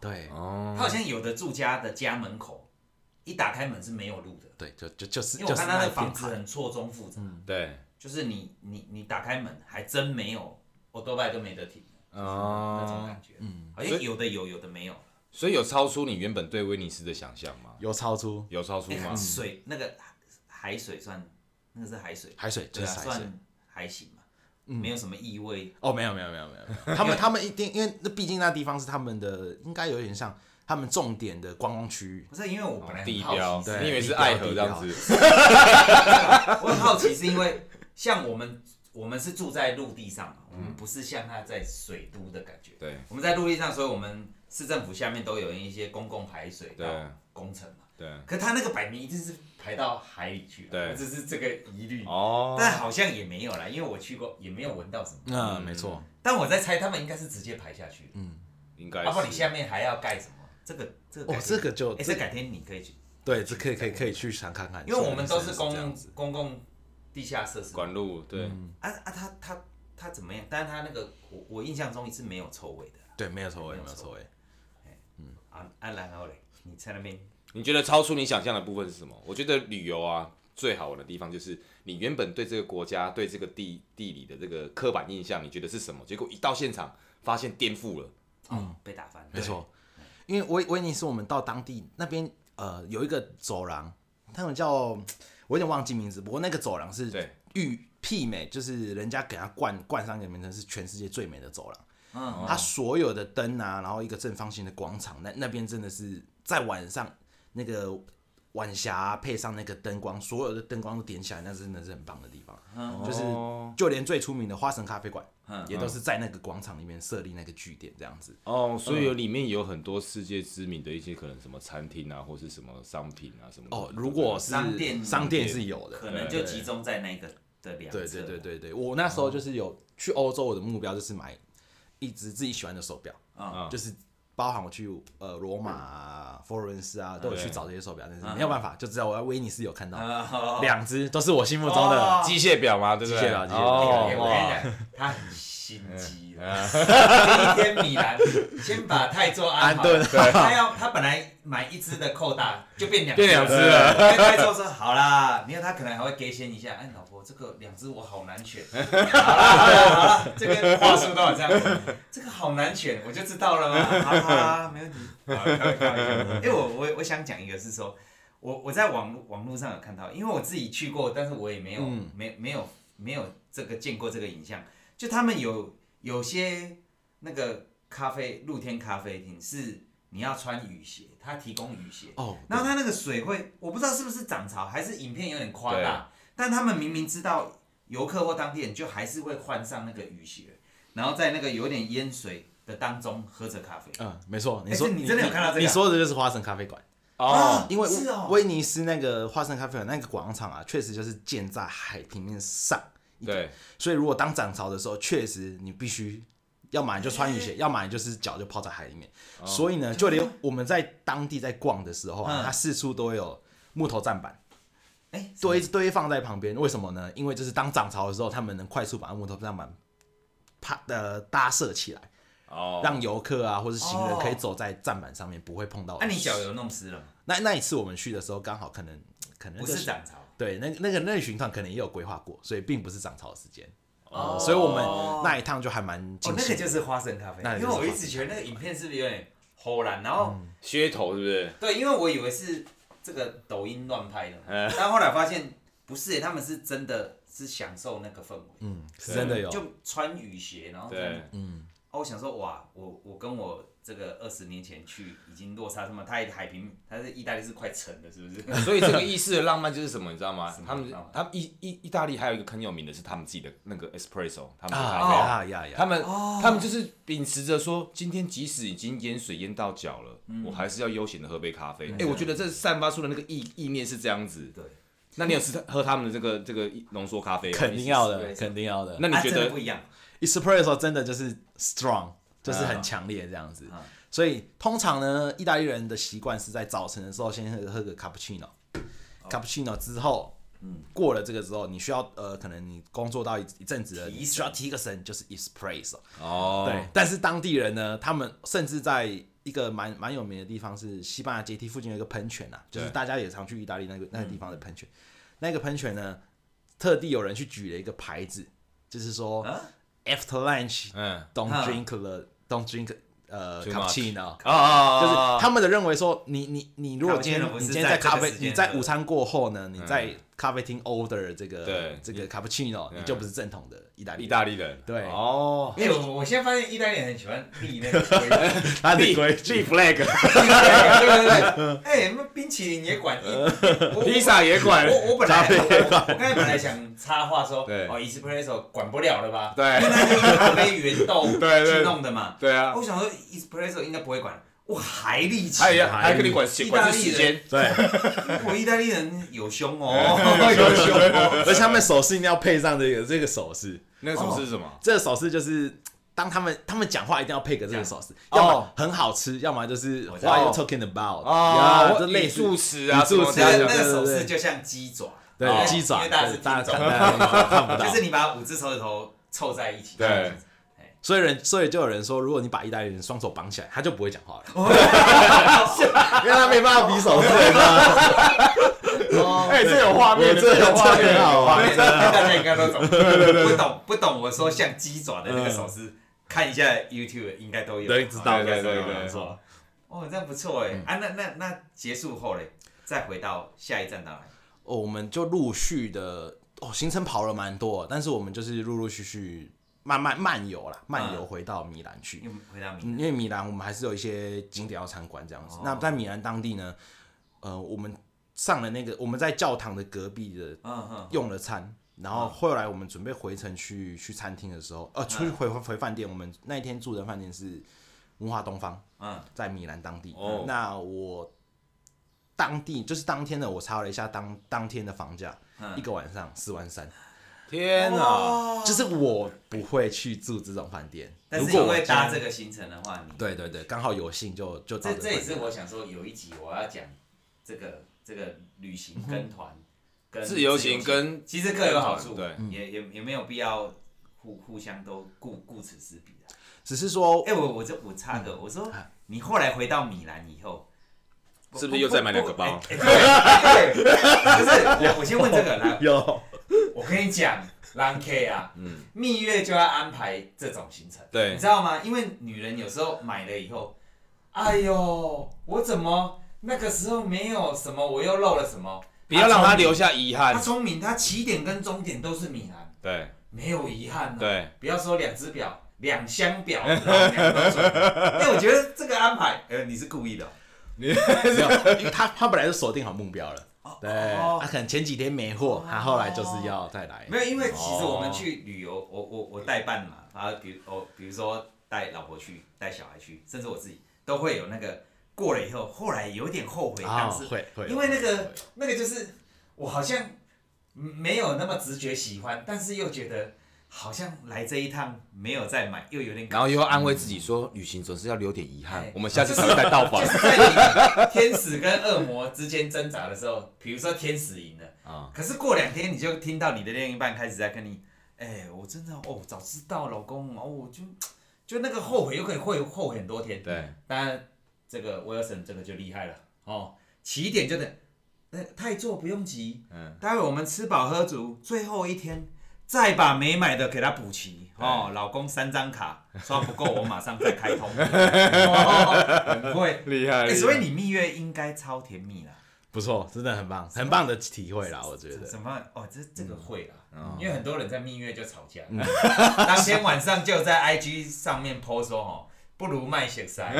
S3: 对
S1: 哦
S2: 他，好像有的住家的家门口一打开门是没有路的，
S3: 对，就就就是
S2: 因为我
S3: 就是
S2: 看他
S3: 那
S2: 的
S3: 一片
S2: 房子
S3: 海，嗯
S2: 很错综复杂，
S1: 对，
S2: 就是你你你打开门还真没有，我多半都没得停那种
S1: 哦，
S2: 感觉，嗯，好像有的有，有的没有。
S1: 所以有超出你原本对威尼斯的想象吗？
S3: 有超出
S1: 有超出
S2: 哎
S3: 啊
S1: 吗？哦
S2: 水那个海水算那个是海水，
S3: 海水，就
S2: 对
S3: 是
S2: 啊，
S3: 海水。嗯
S2: 算还行嘛，没有什么异味。
S3: 哦，没有没有没有没 有，他们他们一定因为那毕竟那地方是他们的，应该有点像他们重点的观光区域。
S2: 不是因为我本来很
S1: 哦地
S2: 好奇
S1: 标，
S3: 对
S1: 你以为是
S3: 地标
S1: 爱河这样
S3: 地
S1: 子？
S2: 我很好奇是因为像我们我们是住在陆地上嘛，我
S3: 嗯
S2: 们不是像他在水都的感觉。
S1: 对
S2: 我们在陆地上，所以我们市政府下面都有一些公共排水道
S1: 对
S2: 工程嘛。
S1: 对，
S2: 可他那个摆明就是排到海里去了，
S1: 对
S2: 我只是这个疑虑。
S1: 哦，
S2: 但好像也没有啦，因为我去过也没有闻到什么。
S3: 嗯，没错，
S2: 但我在猜，他们应该是直接排下去的，
S3: 嗯
S1: 应该
S2: 要、不然
S1: 是
S2: 你下面还要盖什么？这个这个
S3: 哦
S2: 改，天
S3: 这个就
S2: 哎，这改天你可以去，
S3: 对，这可以可以可以去想看看，
S2: 因为我们都
S3: 是
S2: 是公
S3: 这样
S2: 共
S3: 子。
S2: 公共地下设施嘛，
S1: 管路对，
S2: 啊啊，他他他怎么样？但是他那个我我印象中是没有臭味的
S3: 对，没有错位，
S2: 没有
S3: 没有错位。
S2: 啊啊，然后嘞，你在那边
S1: 你觉得超出你想象的部分是什么？我觉得旅游啊，最好玩的地方就是你原本对这个国家、对这个地地理的这个刻板印象，你觉得是什么？结果一到现场发现颠覆了。
S2: 哦被打翻，
S3: 嗯没错。因为威威尼斯我们到当地那边呃有一个走廊，他们叫我有点忘记名字，不过那个走廊是
S1: 对
S3: 玉媲美，就是人家给它冠冠上一个名称是全世界最美的走廊。
S2: 嗯，
S3: 它所有的灯啊，然后一个正方形的广场，那那边真的是在晚上那个晚霞啊、配上那个灯光，所有的灯光都点起来，那真的是很棒的地方。就是
S1: 哦
S3: 就连最出名的花神咖啡馆
S2: 嗯，
S3: 也都是在那个广场里面设立那个据点，这样子。
S1: 哦，所以有里面有很多世界知名的一些可能什么餐厅啊，或是什么商品啊什么的。
S3: 哦，如果是
S2: 商店
S3: 商店是有的，
S2: 可能就集中在那个的两侧。
S3: 对对对对对，我那时
S2: 嗯
S3: 候就是有去欧洲，我的目标就是买一只自己喜欢的手表，
S2: 嗯
S3: 就是包含我去呃罗马、啊、佛罗伦斯啊，都有去
S1: 对
S3: 找这些手表，但是
S2: 嗯
S3: 没有办法，就知道我在威尼斯有看到
S2: 啊好好好
S3: 两只，都是我心目中的
S2: 哦
S1: 机械表嘛，对不对？
S3: 机械表机械表
S1: 哦
S2: 哎我跟你
S1: 哇
S2: 讲，他很心
S3: 嗯
S2: 机的。第一天米兰先把泰州安好
S3: 安顿
S2: 他要他本来买一只的扣大，就变两
S1: 变两只了
S2: 了。跟泰州说好啦，没有他可能还会给钱一下。哎，老婆，这个两只我好难选。好啦好啦好啦，这个话术都有这样，这个好难选，我就知道了嘛。好好好，没问题。好开玩笑开玩笑因为我我我想讲一个是说。我我在网网络上有看到，因为我自己去过，但是我也没有、
S3: 嗯
S2: 没没有没有这个见过这个影像。就他们有有些那个咖啡露天咖啡厅是你要穿雨鞋，他提供雨鞋，
S3: 哦，
S2: 然后他那个水会，我不知道是不是涨潮，还是影片有点夸大，但他们明明知道游客或当地人就还是会换上那个雨鞋，然后在那个有点淹水的当中喝着咖啡。
S3: 嗯，没错，你
S2: 哎
S3: 说
S2: 这你真的有看到这个
S3: 你说的就是花神咖啡馆。
S1: 哦，
S3: 因为
S2: 是哦
S3: 威尼斯那个花生咖啡馆那个广场啊，确实就是建在海平面上，
S1: 对，
S3: 所以如果当涨潮的时候，确实你必须要么你就穿雨鞋，要么你就是脚就泡在海里面。所以呢，就连我们在当地在逛的时候啊，
S2: 哦嗯
S3: 它四处都会有木头站板
S2: 哎，
S3: 堆堆放在旁边。为什么呢？因为就是当涨潮的时候，他们能快速把木头站板啪呃搭设起来，
S1: 哦，
S3: 让游客啊或是行人
S2: 哦
S3: 可以走在站板上面，不会碰到。
S2: 那、啊你脚有弄湿了吗？
S3: 那那一次我们去的时候，刚好可能可能
S2: 不
S3: 就是
S2: 涨潮。
S3: 对，那那个那个巡团可能也有规划过，所以并不是涨潮的时间，
S2: 哦
S3: 所以我们那一趟就还蛮
S2: 哦
S3: 惊，
S2: 那个
S3: 喜
S2: 就
S3: 的。
S2: 是花生咖啡
S3: 那，个
S2: 因
S3: 就
S2: 为
S3: 是
S2: 我一直觉得那个影片是不是有点齁然，然
S3: 嗯
S2: 后、
S1: 噱头是不是？
S2: 对，因为我以为是这个抖音乱拍的，
S1: 嗯
S2: 但后来发现不是耶，他们是真的是享受那个氛围，
S3: 嗯，是真的有。
S2: 就穿雨鞋，然后在那
S1: 啊对
S2: 边，哦，我想说哇，我我跟我这个二十年前去已经落差这么大，他海平他是意大利是快沉了，是不是？
S1: 所以这个意式的浪漫就是什么，你知道吗？他们
S2: 浪漫
S1: 他们意意意大利还有一个很有名的是他们自己的那个 espresso，他们
S3: 啊
S1: 的
S2: 哦
S1: 咖啡。
S3: 啊呀呀！
S1: 他们、他们就是秉持着说，今天即使已经淹水淹到脚了，我还是要悠闲的喝杯咖啡。哎、我觉得这散发出的那个意意念是这样子。
S2: 对，
S1: 那你有吃喝他们的这个这个浓缩咖啡吗？
S3: 肯定要的，
S2: 对
S3: 肯定要的。
S1: 那你
S2: 啊
S1: 觉
S2: 真的
S1: 得
S2: 不一样？
S3: espresso 真的就是 strong，就是很强烈这样子。
S2: 啊
S3: 所以通常呢，意大利人的习惯是在早晨的时候先喝喝个 cappuccino，cappuccino、cappuccino 之后。过了这个之后，你需要呃，可能你工作到一一阵子了，
S2: 提
S3: 你需要提个神，就是 espresso。
S1: 哦，
S3: 对，但是当地人呢，他们甚至在一个蛮蛮有名的地方是西班牙阶梯附近有一个喷泉啊，就是
S1: 对
S3: 大家也常去意大利那个那个地方的喷泉，那个喷泉呢，特地有人去举了一个牌子，就是说、
S2: 啊
S3: after lunch
S1: 嗯，
S3: don't
S2: 啊
S3: drink the don't drink 呃
S1: Too much
S3: cappuccino。
S1: 哦哦
S3: 就是他们的认为说，你你你如果今天
S2: Cappuccino 不
S3: 你
S2: 是
S3: 今天
S2: 在
S3: 在
S2: 这个
S3: 咖啡
S2: 时间
S3: 你在
S2: 喝的
S3: 午餐过后呢，你在咖啡厅 order 这个
S1: 嗯对嗯
S3: 这个 cappuccino，你就不是正统的意大利
S1: 意
S3: 人，
S1: 大利人
S3: 啊对
S1: 哦，
S2: 哎、我我现在发现意大利人很喜欢 立那个规矩。
S3: 他的规矩
S1: G flag，
S2: 对对对，哎、那冰淇淋也管，一我
S1: 呃披萨也 管，
S2: 我我本来
S3: 咖啡
S2: 我我刚才本来想插话说，
S1: 对
S2: 哦，espresso 管不了了吧？因为
S1: 对
S2: 那就是咖啡原 豆
S1: 对对
S2: 去弄的嘛。
S1: 对啊，
S2: 我想说 espresso 应该不会管，我还力气，啊
S1: 还有还可以管
S2: 意大
S1: 管
S2: 利
S1: 制
S2: 人
S1: 时间，
S3: 对，
S2: 我意大利人有胸哦，有胸哦。
S3: 而且他们手势一定要配上这个这个手势，
S1: 那个什么是什么？
S3: 这个手势就是当他们他们讲话一定要配个这个手势，
S1: 这
S3: 要
S1: 样
S3: 么
S1: 哦
S3: 很好吃，要么就是
S2: 我
S3: What
S2: 知道
S3: are you talking about？呀
S1: 哦，
S3: 这类似
S1: 助词啊，
S3: 语助 词
S1: 什么
S2: 那个
S1: 的
S2: 那个手
S3: 对对
S2: 势
S3: 对
S2: 就像鸡爪，因
S3: 对
S2: 为
S3: 鸡爪，
S2: 哦因为大家是
S3: 对大
S2: 鸡
S3: 家看
S2: 爪，
S3: 大家看不
S2: 就
S3: 到
S2: 是，你把五只手指头凑在一起。
S1: 对
S3: 所以人所以就有人说，如果你把意大利人双手绑起来，他就不会讲话了，因为他没办法比 手势，你知道吗
S2: 哦
S1: 哎，这有画
S3: 我
S1: 面，
S3: 这
S1: 有画面
S3: 这很好
S1: 啊！
S3: 玩
S2: 对 大家应该都懂。不懂不懂，我说像
S1: 嗯
S2: 鸡爪的那个手势，看一下 YouTube 应该都有。
S3: 都知道
S1: 对对对对嗯
S2: 没错。哦，这样不错哎、啊，那那那结束后嘞，再回到下一站到哪里？
S3: 哦，我们就陆续的哦，行程跑了蛮多，但是我们就是陆陆续续慢慢漫游啦，漫游回到米兰去。
S2: 又回到米
S3: 嗯因为米兰我们还是有一些景点要参观这样
S2: 哦
S3: 子。那在米兰当地呢，呃，我们上了那个我们在教堂的隔壁的
S2: 嗯哼，
S3: 用了餐，然后后来我们准备回程去去餐厅的时候，
S2: 嗯
S3: 呃，出去回回饭店，我们那一天住的饭店是文化东方，
S2: 嗯，
S3: 在米兰当地。
S1: 哦
S3: 那我当地就是当天的，我查了一下当当天的房价，
S2: 嗯
S3: 一个晚上四万三，
S2: 哦
S1: 天哪！
S3: 就是我不会去住这种饭店。
S2: 但
S3: 如
S2: 是
S3: 果
S2: 因
S3: 我
S2: 为搭
S3: 今
S2: 这
S3: 天
S2: 个行程的话，你
S3: 对对对，刚好有幸就就到
S2: 这
S3: 个
S2: 这也
S3: 饭
S2: 是
S3: 店
S2: 我想说有一集我要讲这个这个旅行跟团、跟
S1: 嗯自由行跟
S2: 其实各有好处，
S1: 跟团
S2: 也也也没有必要互互相都顾顾此失彼啊。
S3: 只是说
S2: 哎、我我这我插个，我说你后来回到米兰以后，
S1: 是不是又再买两个包
S2: 哎哎对对不是，我我先问这个 来，
S3: 有
S2: 我跟你讲，兰 K 啊，嗯，蜜月就要安排这种行程，
S1: 对
S2: 你知道吗？因为女人有时候买了以后，哎呦，我怎么那个时候没有什么，我又漏了什么？
S1: 不要让他
S2: 她聪明
S1: 留。下遗
S2: 她
S1: 憾。
S2: 聪明，她起点跟终点都是米兰，
S1: 对
S2: 没有遗憾、啊。，
S1: 对，
S2: 不要说两只表，两箱表，老娘都 准。因哎为我觉得这个安排，呃，你是故意的哦、
S3: 没有，因为他他本来就锁定好目标了。对，
S2: 哦
S3: 他可能前几天没货，他后来就是要再来。
S2: 没有，因为其实我们去旅游，
S3: 哦
S2: 我我我代办嘛，然后比如我比如说带老婆去，带小孩去，甚至我自己都会有那个过了以后，后来有点后悔，
S3: 啊，
S2: 当时、
S3: 会会，
S2: 因为那
S3: 会
S2: 个那个就是我好像嗯没有那么直觉喜欢，但是又觉得好像来这一趟没有再买，又有点
S1: 然后又要安慰自己说，旅行总是要留点遗憾
S2: 哎，
S1: 我们下次才会再到访
S2: 就。是在你天使跟恶魔之间挣扎的时候，比如说天使赢了
S1: 啊
S2: 可是过两天你就听到你的另一半开始在跟你，哎、我真的哦，早知道老公哦，我就就那个后悔又可以会后悔很多天。
S1: 对，
S2: 当然这个威尔森这个就厉害了哦，起点就等，呃，太做不用急，
S1: 嗯，
S2: 待会我们吃饱喝足，最后一天。再把没买的给他补齐哦，老公三张卡刷不够，我马上再开 通。哦很会，
S1: 厉害
S2: 哎、所以你蜜月应该超甜蜜啦，
S3: 不错，真的很棒，
S2: 啊
S3: 很棒的体会啦，我觉得。
S2: 怎么哦，这这个会啦、因为很多人在蜜月就吵架， 当天晚上就在 IG 上面 po 说哦，不如卖血塞，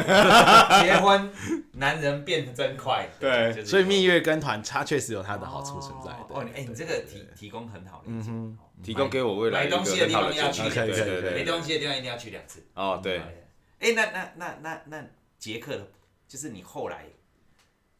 S2: 结婚男人变得真快，
S1: 对
S2: 就是
S3: 所以蜜月跟团，它确实有它的好处存在。对
S2: 哦，你哎、你这个提提供很好的意见，嗯
S1: 提供给我未来
S2: 买
S1: 一个
S2: 东西的
S1: 很
S2: 地
S1: 好
S2: 方
S1: 的
S2: 要
S1: 建
S2: 去
S1: 议。
S2: 两
S3: 可以
S1: 对
S3: 可以
S1: 对
S3: 可以
S1: 对，
S2: 没东西的地方一定要去两次。
S1: 哦对，
S2: 哎、那那那那那捷克的，就是你后来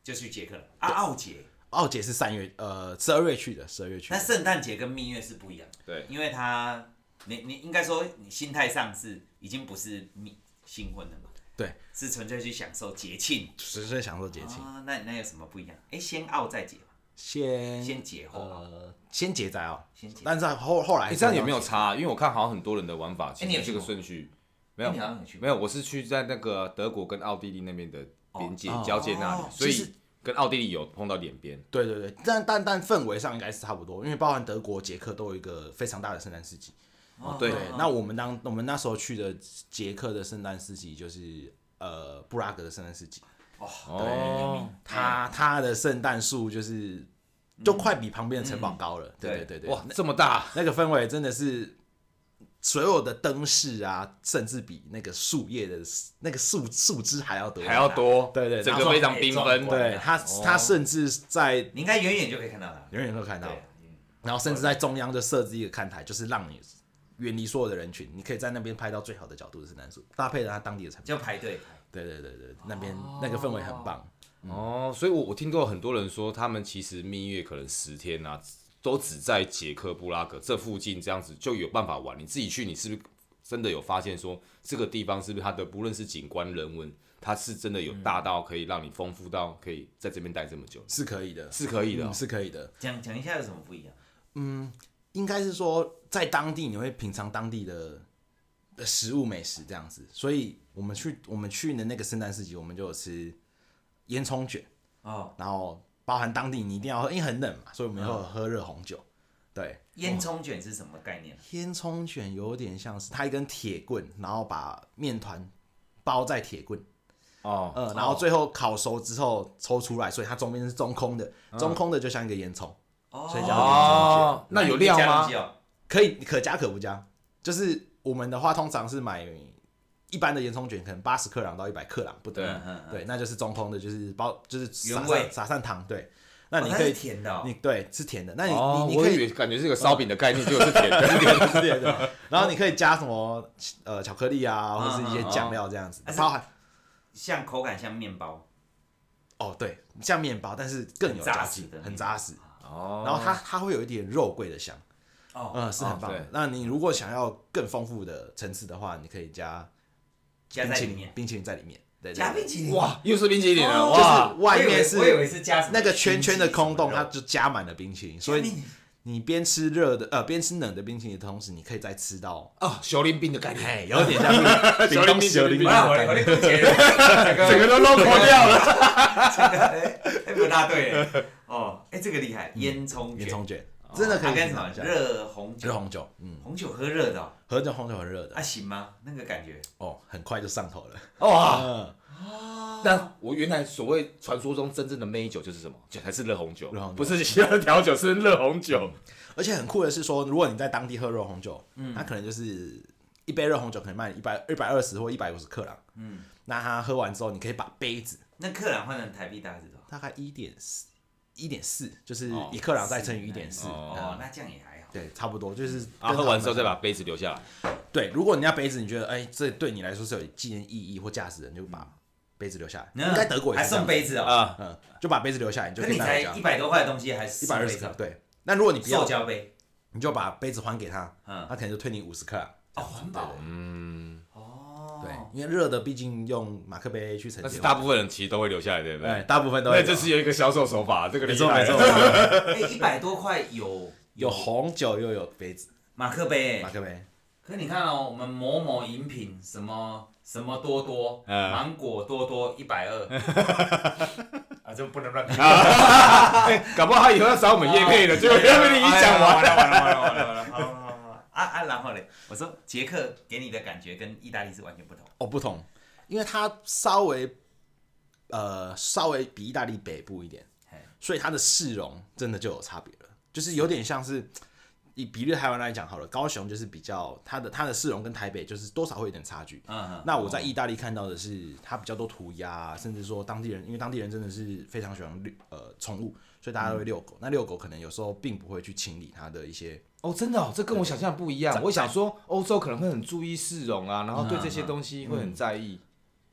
S2: 就去捷克了，啊，奥捷。
S3: 奥哦姐是三月，呃，十二月去的，十二月去
S2: 那
S3: 的。
S2: 圣诞节跟蜜月是不一样的，
S1: 对
S2: 因为他你你应该说你心态上是已经不是蜜新婚了嘛，
S3: 对，
S2: 是纯粹去享受节庆
S3: 纯粹享受节庆，
S2: 啊。那那有什么不一样？哎，先傲再结嘛，
S3: 先
S2: 先结后傲。
S3: 呃先结在哦，
S2: 先结
S3: 但是后后来
S1: 哎，这样有没有
S3: 结
S1: 差啊？因为我看好像很多人的玩法，其
S2: 哎你有
S1: 实
S2: 去
S1: 这个
S2: 过
S1: 顺序没
S2: 没
S1: 有
S2: 你好像有去过
S1: 没有，我是去在那个德国跟奥地利那边的边界
S3: 哦
S1: 交界那里
S2: 哦，
S1: 所
S3: 其实
S1: 以跟奥地利有碰到点边。
S3: 对对对，但但但氛围上应该是差不多，因为包含德国、捷克都有一个非常大的圣诞市集。
S2: 哦
S1: 对
S3: 对
S2: 哦，
S3: 那我们当我们那时候去的捷克的圣诞市集就是呃布拉格的圣诞市集，
S1: 哦，
S3: 它它的圣诞树就是就快比旁边的城堡高了。对对对对，
S1: 哇，这么大，
S3: 那个氛围真的是所有的灯饰啊，甚至比那个树叶的那个树树枝还要多，
S1: 还要。多，
S3: 对对
S1: 整
S3: 然
S1: 个
S3: 后
S1: 非常缤纷。
S2: 哎
S3: 对它，它甚至在
S2: 你应该远远就可以看到他。
S3: 远远都看到
S2: 对，嗯
S3: 然后甚至在中央就设置一个看台，就是让你远离所有的人群，你可以在那边拍到最好的角度的圣诞树，搭配了它当地的产品。
S2: 就排队排。
S3: 对对对对，那边那个氛围很棒。
S1: 哦，所以我我听过很多人说，他们其实蜜月可能十天啊，都只在捷克布拉格这附近这样子就有办法玩。你自己去，你是不是真的有发现说这个地方是不是它的不论是景观、人文，它是真的有
S3: 嗯
S1: 大到可以让你丰富到可以在这边待这么久，
S3: 是可以的，
S1: 是可以的哦、
S3: 嗯是可以的。
S2: 讲讲一下有什么不一样？
S3: 应该是说在当地你会品尝当地的的食物美食这样子，所以我们去我们去的那个圣诞市集，我们就有吃烟囱卷，
S2: 哦，
S3: 然后包含当地你一定要喝，因为很冷嘛，所以我们要喝热红酒。对，
S2: 烟囱卷是什么概念？
S3: 烟囱卷有点像是它一根铁棍，然后把面团包在铁棍，
S1: 哦，
S3: 嗯，然后最后烤熟之后抽出来，所以它中间是中空的，中空的就像一个烟囱，
S2: 哦
S3: 所以叫
S1: 哦，那有料吗？
S3: 可以可加可不加。就是我们的话，通常是买一般的烟囱卷，可能八十克朗到一百克朗不等
S1: 对，
S2: 嗯
S3: 对，那就是中空的，就是包就是撒
S2: 原
S3: 上
S2: 味
S3: 撒上糖，对，那
S2: 那
S3: 你
S2: 你
S3: 可
S2: 可
S3: 以
S2: 以甜的哦，
S3: 你对是甜的，那你、
S1: 哦，
S3: 你你
S1: 我
S3: 可
S1: 以
S3: 以
S1: 为感觉是个烧饼的概念，就是甜的。
S3: 之类的。 然后你可以加什么呃巧克力啊，或者是一些酱料这样子
S2: 嗯嗯，嗯
S3: 包含
S2: 像口感像面包，
S3: 哦对，像面包，但是更有
S2: 很扎
S3: 嚼
S2: 实
S3: 劲
S2: 的，面
S3: 很扎实。
S1: 哦
S3: 然后它它会有一点肉桂的香，
S2: 哦，
S3: 嗯，是很棒
S1: 对
S3: 的。那你如果想要更丰富的层次的话，你可以加
S2: 加
S3: 冰
S2: 在
S3: 淇
S2: 里
S3: 淋
S2: 面，，
S3: 冰淇淋在里面，对，对
S2: 加
S3: 对
S2: 冰淇淋，
S1: 哇，又是冰淇淋了
S2: 哦
S1: 哇！
S3: 就是外
S2: 我以为
S3: 面是
S2: 我以为是加什么
S3: 那个圈圈的空洞，
S2: 冰淇淋
S3: 它就加满了冰淇淋，所
S2: 什么肉
S3: 以你边吃热的呃边吃冷的冰淇淋的同时，你可以再吃到，
S1: 哦，小林冰的概念，
S3: 哎，有点像是
S1: 小林冰
S3: 小
S1: 冰
S3: 林
S1: 冰
S2: 我
S3: 冰的
S2: 让我
S3: 感
S2: 我
S3: 觉
S2: 的空 姐，整
S1: 整个
S2: 个
S1: 都漏口掉了。
S2: 哎，不大对 了哦，哎，这个厉害，烟囱
S3: 嗯
S2: 卷
S3: 烟囱卷，真的可
S2: 哦它
S3: 以
S2: 跟
S3: 品
S2: 什么
S3: 尝一下。
S2: 热红
S3: 热
S2: 酒，
S3: 红酒，嗯，
S2: 红酒喝热的哦
S3: 喝着红酒很热的
S2: 啊，行吗？那个感觉
S3: 哦，很快就上头了。
S1: 哇，哦
S3: 嗯，
S1: 那我原来所谓传说中真正的媚酒就是什么？就还是热红酒
S3: 热红，酒
S1: 不是其他调酒，是热红酒。
S3: 而且很酷的是说，如果你在当地喝热红酒，嗯，它可能就是一杯热红酒可能卖一百一百二十或一百五十克朗，嗯，那它喝完之后，你可以把杯子
S2: 那克朗换成台币大概是多少？
S3: 大概一点四一点四，就是
S1: 哦
S3: 一克朗再乘以一点四，嗯
S2: 哦，那这样也还好。
S3: 对，差不多就是。
S1: 啊，喝完之后再把杯子留下来。
S3: 对，如果你要杯子，你觉得哎，这对你来说是有纪念意义或价值的，你就把杯子留下来。应该德国也
S2: 还
S3: 是这样
S2: 送
S3: 子，
S2: 杯子哦，
S1: 啊，
S3: 嗯，就把杯子留下来，你就
S2: 可
S3: 可以
S2: 你
S3: 带
S2: 才
S3: 回家
S2: 一。百多块的东西还
S3: 一
S2: 送
S3: 百二
S2: 杯
S3: 十
S2: 子
S3: 克
S2: 哦，，
S3: 对。那如果你不要
S2: 塑胶杯，
S3: 你就把杯子还给他，
S2: 嗯
S3: 他可能就退你五十克啊。
S2: 哦，环保
S1: 嗯，
S2: 哦，
S3: 对，因为热的毕竟用马克杯去盛
S1: 但是
S3: 解
S1: 大
S3: 嘛，
S1: 部分人其实都会留下来，对不
S3: 对，
S1: 哎对？
S3: 大部分都会
S1: 那
S3: 有。
S1: 这是有一个销售手法，这个
S3: 没
S1: 厉
S3: 错
S1: 害
S3: 没错，
S1: 了。
S2: 哎，一百多块有
S3: 有红酒又有杯子，
S2: 马克杯
S3: 马
S2: 欸，
S3: 克杯，
S2: 可你看哦，我们某某饮品什么什么多多，
S1: 嗯
S2: 芒果多多一百 二，啊，这不能乱讲。
S1: 哎搞不好他以后要找我们叶配的，结果叶佩你一讲完
S2: 哎呀完了完了完了完了，好好好好啊啊，然后嘞，我说捷克给你的感觉跟意大利是完全不同，
S3: 哦不同，因为它稍微呃稍微比意大利北部一点
S2: 嘿，
S3: 所以它的市容真的就有差别了，就是有点像是。以比例台湾来讲好了，高雄就是比较它的它的市容跟台北就是多少会有点差距，
S2: 嗯，
S3: 那我在意大利看到的是，它比较多涂鸦、啊，甚至说当地人，因为当地人真的是非常喜欢遛呃宠物，所以大家都会遛
S2: 嗯
S3: 狗。那遛狗可能有时候并不会去清理它的一些，
S1: 哦，真的哦，这跟我想象不一样。我想说，欧洲可能会很注意市容啊，然后对这些东西会很在意。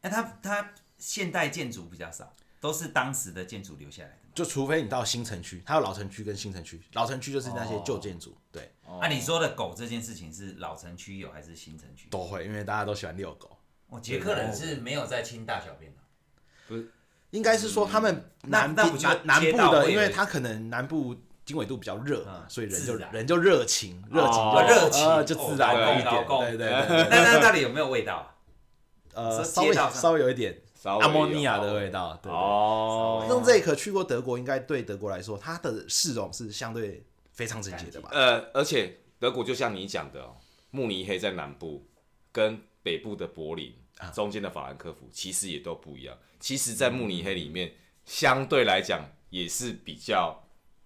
S2: 那哎它它现代建筑比较少，都是当时的建筑留下来的
S3: 就除非你到新城区，它有老城区跟新城区，老城区就是那些旧建筑，对，
S1: 哦
S2: 嘛。啊，你说的狗这件事情是老城区有还是新城区？
S3: 都会，因为大家都喜欢遛狗。
S2: 哦，捷克人是没有在清大小便的。
S3: 应该是说他们
S2: 那
S3: 嗯南
S2: 那
S3: 边
S2: 不就
S3: 南南
S2: 街
S3: 部
S2: 道
S3: 的，
S2: 会
S3: 因
S2: 有
S3: 为
S2: 一
S3: 它可能南部经纬度比较热嘛，
S2: 嗯
S3: 所以人
S2: 自
S3: 就
S2: 然
S3: 人就热情，热情
S1: 哦
S3: 就
S2: 热情
S3: 呃就自然
S2: 哦
S3: 了一
S2: 劳
S3: 点，
S2: 工
S3: 对对对，
S2: 那那到底有没有味道啊？说
S3: 呃，
S2: 街
S3: 稍微
S2: 道上
S3: 稍微有一点
S1: 稍微
S3: 阿
S1: 有
S3: 莫尼亚的味道，对对对
S1: 哦
S3: 用这一可去过德国，应该对德国来说，它的市容是相对非常整洁的吧？
S1: 呃，而且德国就像你讲的、哦，慕尼黑在南部，跟北部的柏林中间的法兰克福其实也都不一样。其实，在慕尼黑里面，相对来讲也是比较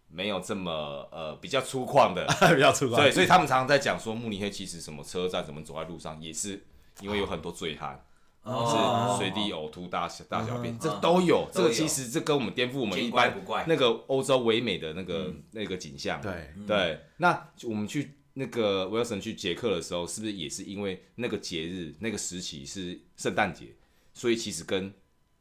S1: 没有这么呃比较粗犷 的，
S3: 比较粗犷。
S1: 对，所以他们常常在讲说，慕尼黑其实什么车站，什么走在路上也是。因为有很多醉汉，
S2: 哦
S1: 是随地呕吐、大小大小便，
S3: 嗯
S1: 这都有。这
S2: 都有
S1: 个其实这跟我们颠覆我们
S2: 见
S1: 一
S2: 怪
S1: 般
S2: 不怪嗯
S1: 那个欧洲唯美的那个、那个景象。
S3: 对
S1: 对，那我们去那个 Wilson 去捷克的时候，是不是也是因为那个节日那个时期是圣诞节，所以其实跟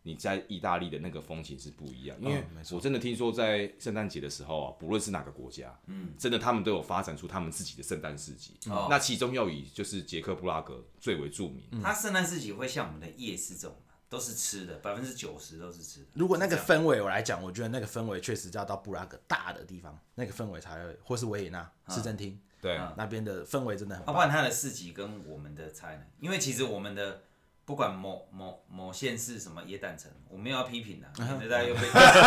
S1: 你在意大利的那个风情是不一样？因为
S3: 嗯没错
S1: 我真的听说在圣诞节的时候啊，不论是哪个国家，嗯，真的他们都有发展出他们自己的圣诞市集。
S2: 哦
S1: 那其中要以就是捷克布拉格最为著
S3: 嗯
S1: 名。
S2: 它圣诞市集会像我们的夜市这种嘛，都是吃的，百分之九十都是吃的。
S3: 如果那个
S2: 是这样
S3: 氛围我来讲，我觉得那个氛围确实要到布拉格大的地方，那个氛围才会，或是维也纳
S2: 啊
S3: 市政厅
S1: 对，
S2: 嗯
S3: 那边的氛围真的很
S2: 要、
S3: 棒。
S2: 啊不然它的市集跟我们的差呢？因为其实我们的不管某某某县市什么椰蛋城，我没有要批评的、啊，大家又被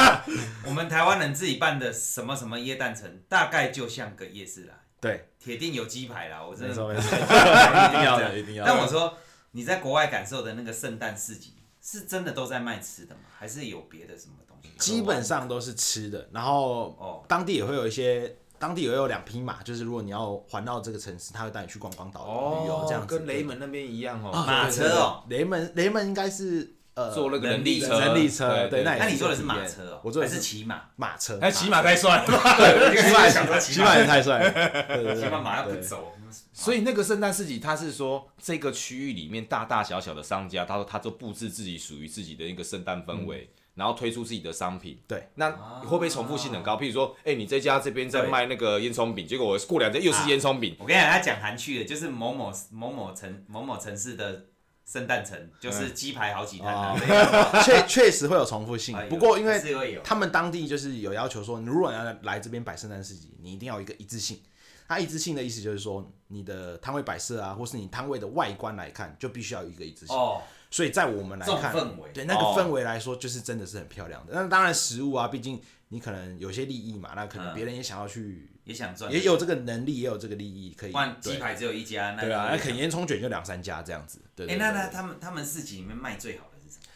S2: 我们台湾人自己办的什么什么椰蛋城，大概就像个夜市啦，
S3: 对，
S2: 铁定有鸡排啦，我真
S3: 没
S2: 的
S3: 错没错，一定要的，一定要的。
S2: 但我说你在国外感受的那个圣诞市集是真的都在卖吃的吗？还是有别的什么东西？
S3: 基本上都是吃的，然后
S2: 哦
S3: 当地也会有一些，当地也有两匹马，就是如果你要环绕这个城市，他会带你去逛光岛旅哦
S2: 哦
S3: 游这样子。
S1: 哦跟雷门那边一样哦，
S2: 马车哦，
S3: 雷门雷门应该是呃
S1: 坐那个人力车，
S3: 人力车，
S1: 对，
S3: 对，那也
S2: 那你
S3: 是
S2: 说的
S3: 一
S2: 是
S3: 个
S2: 马
S3: 体验
S2: 车哦，
S3: 我坐的
S2: 还是
S3: 是
S2: 骑马？
S3: 马 车，
S1: 哎，骑马太帅了吧？
S2: 骑马想到
S3: 骑马也太帅了，
S2: 骑
S3: 骑
S2: 马马要不走，
S1: 所以那个圣诞市集，它是说这个区域里面大大小小的商家，他说他就布置自己属于自己的一个圣诞氛围，然后推出自己的商品。
S3: 嗯对，啊
S1: 那会不会重复性很高？譬如说，哎、你这家这边在卖那个烟囱饼，结果我过两天又是烟囱饼，
S2: 我跟你讲，他讲韩剧的，就是某某某某城某某城市的圣诞城，就是鸡排好几摊啊
S3: 哦
S2: 那个
S3: 确确实会有重复性
S2: 哎，呦
S3: 嗯不过因
S2: 还
S3: 为
S2: 是会有
S3: 他们当地就是有要求说，你如果要来这边摆圣诞市集，你一定要有一个一致性。它一致性的意思就是说，你的摊位摆设啊，或是你摊位的外观来看，就必须要有一个一致性。
S2: 哦，
S3: 所以在我们来看，
S2: 这种氛围
S3: 对那个
S1: 哦
S3: 氛围来说，就是真的是很漂亮的。那当然食物啊，毕竟你可能有些利益嘛，那可能别人也想要去，
S2: 也想赚，
S3: 也有这个能力，也有这个利益可以
S2: 不然哦鸡
S3: 对
S2: 排只有一家，那
S3: 对啊，那
S2: 那
S3: 肯烟囱卷就两三家这样子。对
S2: 哎，
S3: 对
S2: 那
S3: 对
S2: 那
S3: 对，
S2: 他们他们市集里面卖最好的是什么？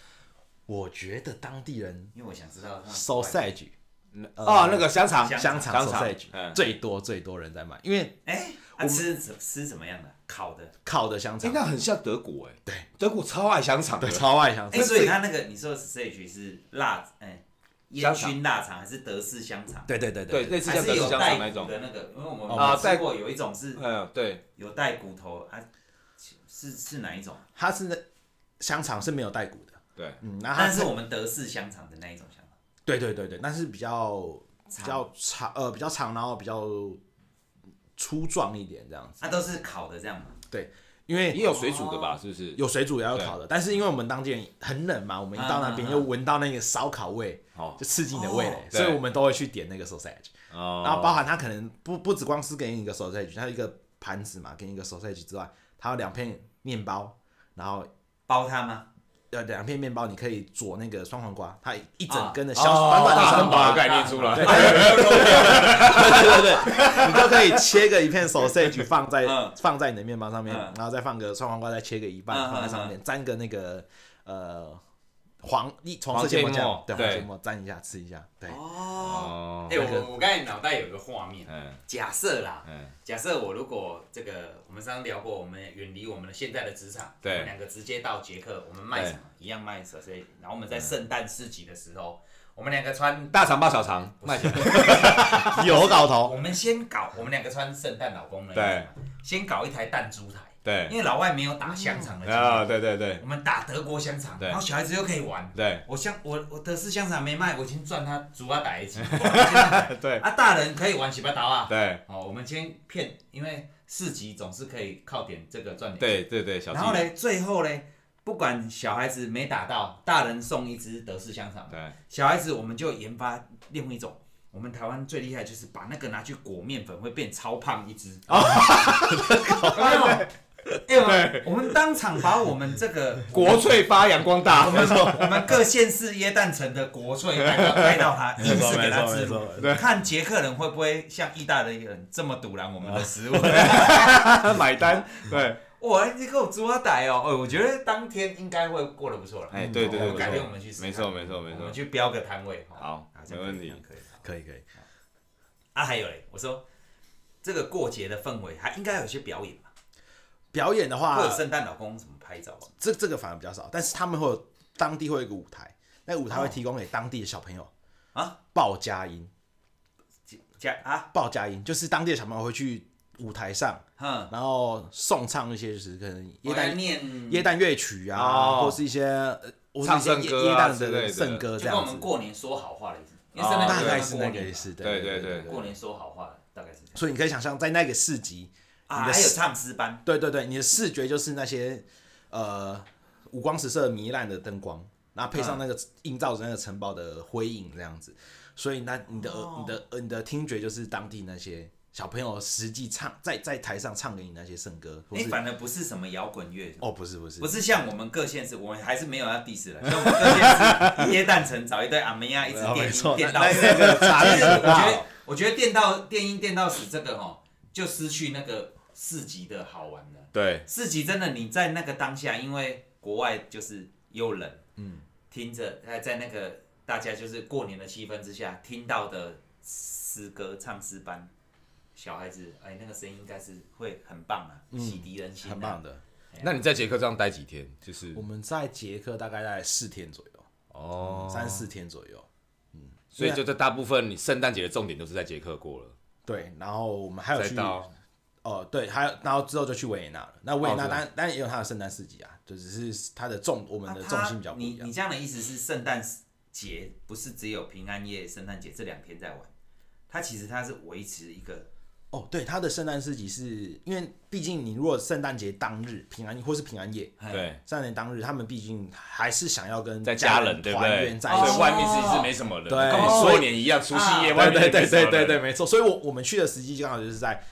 S3: 我觉得当地人
S2: 因为我想知道他们
S3: sausage 呃
S1: 哦，那个香肠，
S3: 啊香肠
S1: 香肠
S3: sausage
S1: 嗯
S3: 最多最多人在买，因为
S2: 哎，他吃怎吃什么样的？烤的。
S3: 烤的香
S1: 哎、
S3: 肠
S1: 那很像德国哎、
S3: 对，
S1: 德国超爱香肠的
S3: 对，超爱香
S2: 哎，
S3: 肠，
S2: 所以他那个你说的 stage 是辣，哎，烟
S1: 香肠
S2: 熏腊肠还是德式香肠？
S3: 对对对
S1: 对，类似
S2: 还
S1: 像
S2: 是
S1: 德式
S2: 有
S1: 香肠那
S2: 带
S1: 一
S2: 骨
S1: 种，
S2: 的那个，因为我们
S1: 啊
S2: 有吃
S1: 带
S2: 过有一种是
S1: 嗯，对，
S2: 有带骨头啊，是是哪一种？
S3: 它是那香肠是没有带骨的，
S1: 对
S3: 嗯，那它
S2: 但是我们德式香肠的那一种香肠，
S3: 对对对对，但是比较比
S2: 长
S3: 较长，呃，比较长，然后比较粗壮一点这样子。
S2: 它啊都是烤的这样嘛。
S3: 对，因为
S1: 也有水煮的吧？是不是？
S3: 有水煮也要烤的，但是因为我们当地人很冷嘛，我们一到那边
S2: 啊啊啊
S3: 又闻到那个烧烤味，
S1: 哦
S3: 就刺激你的味蕾
S2: 哦，
S3: 所以
S1: 对
S3: 我们都会去点那个 sausage。
S1: 哦
S3: 然后包含它可能不不只光是给你一个 sausage，它有一个盘子嘛，给你一个 sausage 之外，它有两片面包，然后
S2: 包它吗？
S3: 呃两片面包你可以佐那个双黄瓜，它一整根的小
S1: 哦
S3: 短短的
S1: 大汉
S3: 双黄
S1: 堡
S3: 瓜
S1: 的，概念出来，
S3: 对对对，你就可以切个一片 sausage 放在、
S2: 嗯
S3: 放在你的面包上面，
S2: 嗯
S3: 然后再放个双黄瓜，再切个一半、
S2: 嗯
S3: 放在上面，沾个那个呃黄一黄色
S1: 黄芥
S3: 芥末酱
S1: 末，
S3: 对
S1: 对
S3: 黄芥末沾一下吃一下，对，
S2: 哦，
S1: 哦
S2: 哎、我我刚才脑袋有一个画面，
S1: 嗯
S2: 假设啦，
S1: 嗯，
S2: 假设我如果这个，我们刚刚聊过，我们远离我们的现在的职场，
S1: 对
S2: 我们两个直接到捷克，我们卖什么一样卖 s 所以然后我们在圣诞市集的时候，我们两个穿，
S1: 大肠包小肠，卖钱，
S3: 有搞头，
S2: 我们先搞，我们两个穿圣诞老公的
S1: 对
S2: 样子嘛，先搞一台弹珠台，
S1: 对
S2: 因为老外没有打香肠的经
S1: 啊，
S2: 验，
S1: 对对对
S2: 我们打德国香肠，
S1: 对
S2: 然后小孩子又可以玩，
S1: 对
S2: 我香我我德式香肠没卖，我已经赚他主要打 一起。我先买
S1: 对
S2: 啊，大人可以玩洗八刀啊。
S1: 对
S2: 好，我们先骗，因为市集总是可以靠点这个赚点。
S1: 对对对，小
S2: 然后
S1: 鸡，
S2: 嘞，最后嘞，不管小孩子没打到，大人送一只德式香肠。
S1: 对
S2: 小孩子我们就研发另外一种。我们台湾最厉害就是把那个拿去裹面粉，会变超胖 一只。哦，哎呦，哎我们我们当场把我们这 个
S1: 国粹发扬光 大，没错，
S2: 我们各县市耶诞城的国粹带到带到他，硬是给他植入
S3: 没错没错没错。
S1: 对
S2: 看捷克人会不会像意大利人这么堵拦我们的食物？
S1: 买单， 对，
S2: 哇，你给我抓逮哦！哎，我觉得当天应该会过得不错了。
S1: 哎，对对对，
S2: 我改天我们去试。
S1: 没错，没错
S2: 我
S1: 没
S2: 们
S1: 错，
S2: 去标个摊位。
S1: 好
S2: 这样
S1: 没
S2: 可以
S1: 问题
S2: 这样可以。
S3: 可以可以，
S2: 啊，还有嘞，我说这个过节的氛围还应该有些表演吧，
S3: 表演的
S2: 或
S3: 话
S2: 者，圣诞老公怎么拍照啊？
S3: 这这个反而比较少，但是他们会有当地会有一个舞台，那个舞台
S2: 哦
S3: 会提供给当地的小朋友
S2: 啊
S3: 报佳音，
S2: 加啊，
S3: 报佳音就是当地的小朋友会去舞台上，
S2: 哼，
S3: 然后颂唱一些就是可能耶
S2: 我
S3: 诞
S2: 要念
S3: 耶诞乐曲啊，
S1: 哦
S3: 或是一些呃，或是一
S1: 唱
S3: 些
S1: 圣
S3: 耶
S1: 歌
S3: 耶
S1: 啊
S3: 诞
S1: 之类
S3: 的
S1: 的
S3: 圣歌
S2: 就
S3: 这
S2: 跟我
S3: 样
S2: 们
S3: 子，
S2: 过年说好话的意思，因为圣诞
S1: 哦
S2: 节
S3: 大概
S2: 会
S3: 是
S2: 过
S3: 那
S2: 年
S3: 个意
S2: 嘛
S3: 思。
S1: 对
S3: 对
S1: 对
S2: 过年说好话，大概是这样。
S3: 所以你可以想象，在那个市集，
S2: 啊，
S3: 你的
S2: 还有
S3: 视
S2: 唱诗班，
S3: 对对对，你的视觉就是那些呃五光十色糜烂的灯光，然后配上那个映照着那个城堡的灰影这样子，所以那你的
S1: 哦
S3: 耳、你的耳、你的听觉就是当地那些小朋友实际唱在在台上唱给你那些圣歌，或
S2: 哎、
S3: 是
S2: 反而不是什么摇滚乐，
S3: 哦不是不是
S2: 不是像我们各县市，我们还是没有要 diss 了，像我们各 县市耶诞城找一堆阿梅亚一直
S3: 啊没
S2: 电音
S3: 错
S2: 电
S3: 那
S2: 到死，
S3: 那那个差别
S2: 其实我
S3: 很大哦
S2: 觉得我觉得电到电音电到死这个哈，就失去那个市集的好玩了。
S1: 对
S2: 市集真的你在那个当下，因为国外就是又冷，嗯，听着在在那个大家就是过年的气氛之下听到的诗歌唱诗班，小孩子哎那个声音应该是会很棒啊，洗涤人心、啊，
S3: 很棒的。
S1: 那你在捷克这样待几天？就是
S3: 我们在捷克大概在四天左右，
S1: 哦，
S3: 三四天左右。
S1: 所以就这大部分你圣诞节的重点都是在捷克过了，
S3: 对，啊然后我们还有
S1: 再
S3: 去
S1: 到
S3: 哦，对，还有然后之后就去维也纳了。那维也
S1: 哦
S3: 纳
S1: 对
S3: 当然当然也有它的圣诞市集啊，就只是它的重我们
S2: 那
S3: 的重
S2: 他
S3: 心比较不一
S2: 你
S3: 样
S2: 你。这样的意思是圣诞节不是只有平安夜、圣诞节这两天在玩，它其实它是维持一个
S3: 哦，对，它的圣诞市集是因为毕竟你如果圣诞节当日平安或是平安夜。
S1: 对，
S3: 圣诞节当日，他们毕竟还是想要跟
S1: 在
S3: 哎家
S1: 家人对不
S3: 团
S1: 对？
S3: 圆在
S1: 所
S3: 一
S1: 以
S3: 起。
S1: 外面其实是没什么人，
S3: 对哦
S1: 跟我们过年一样，除夕夜
S2: 啊
S1: 外
S3: 对
S1: 面也
S3: 对对
S1: 没什么
S3: 对
S1: 人
S3: 对对，没错。所以我我们去的时机刚好就是在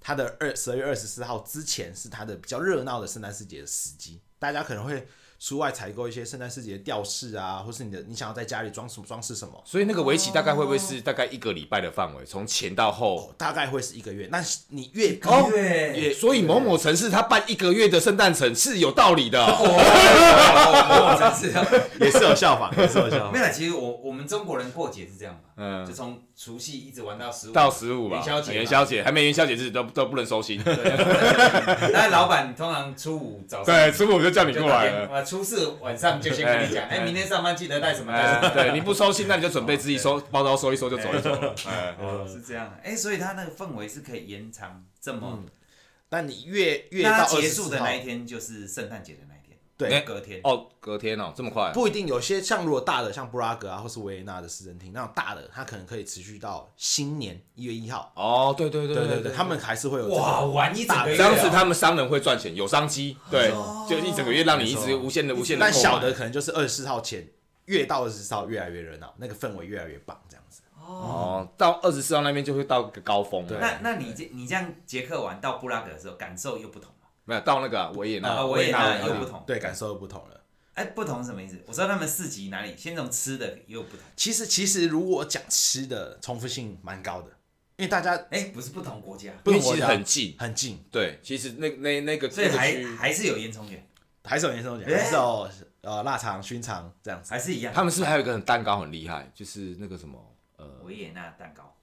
S3: 它的二十二月二十四号之前是它的比较热闹的圣诞市节的时机，大家可能会出外采购一些圣诞市节的吊饰啊，或是你的你想要在家里装什么装饰什么。
S1: 所以那个围棋大概会不会是大概一个礼拜的范围，从前到后？
S3: 哦，大概会是一个月。那你越高，
S2: 哦对
S1: 也所以某某城市它办一个月的圣诞城是有道理的，
S2: 哦，真是。
S3: 也是有效仿，也是有效
S2: 没
S3: 仿。
S2: 有啦，其实我我们中国人过节是这样嘛，
S1: 哦嗯
S2: 就从除夕一直玩到十 五
S1: 到十五吧，
S2: 元宵节嘛
S1: 元宵节啊还没元宵节日都都不能收心。
S2: 对，但是老板通常初五早 上
S1: 对，十五就叫你
S2: 就
S1: 过
S2: 打
S1: 来
S2: 电
S1: 了。
S2: 话，初四晚上就先跟你讲，
S1: 哎
S2: 哎，明天上班记得带什么带什
S1: 哎
S2: 么，
S1: 对，你不收心，那你就准备自己收包包收一收就走一走了。哎
S2: 哦是这样的，哎，所以他那个氛围是可以延长这么，
S3: 但你越越
S2: 那
S3: 到
S2: 它结束的
S3: 24
S2: 那一天就是圣诞节的那一天，
S3: 对
S2: 隔天
S1: 哦，隔天哦，这么快？
S3: 不一定，有些像如果大的，像布拉格啊，或是维也纳的市政厅那种大的，它可能可以持续到新年一月一号。
S1: 哦，对对对
S3: 对对对，他们还是会有这个
S2: 哇，玩一整个
S1: 这
S2: 月
S1: 样
S2: 啊
S1: 子他们商人会赚钱，有商机。对，就一整个月让你一
S3: 没
S1: 直
S3: 错
S1: 无限的无限的。
S3: 但小的可能就是二十四号前，越到二十四号越来越热闹，那个氛围越来越棒，这样子。
S1: 哦，到二十四号那边就会到个高峰了。
S3: 对
S2: 那那你这你这样捷克玩到布拉格的时候，感受又不同嘛？
S1: 没有到那个啊维也纳
S2: 啊，维也纳
S1: 维
S2: 又不同
S3: 对，感受又不同了。
S2: 哎，不同是什么意思？我知道他们市集哪里，先从吃的又不同。
S3: 其实其实如果讲吃的，重复性蛮高的，因为大家
S2: 哎，不是不同国家，
S1: 因为
S3: 不同
S1: 其
S3: 国
S1: 实
S3: 家
S1: 很近。
S3: 很近，
S1: 对，其实那那那个
S2: 所以
S1: 那个
S2: 还
S1: 区
S2: 还是有烟囱卷，
S3: 还是有延伸讲，
S2: 哎
S3: 还是有呃腊肠、熏肠这样子。
S2: 还是一样。
S1: 他们是不是还有一个很蛋糕很厉害，就是那个什么呃
S2: 维也纳蛋糕，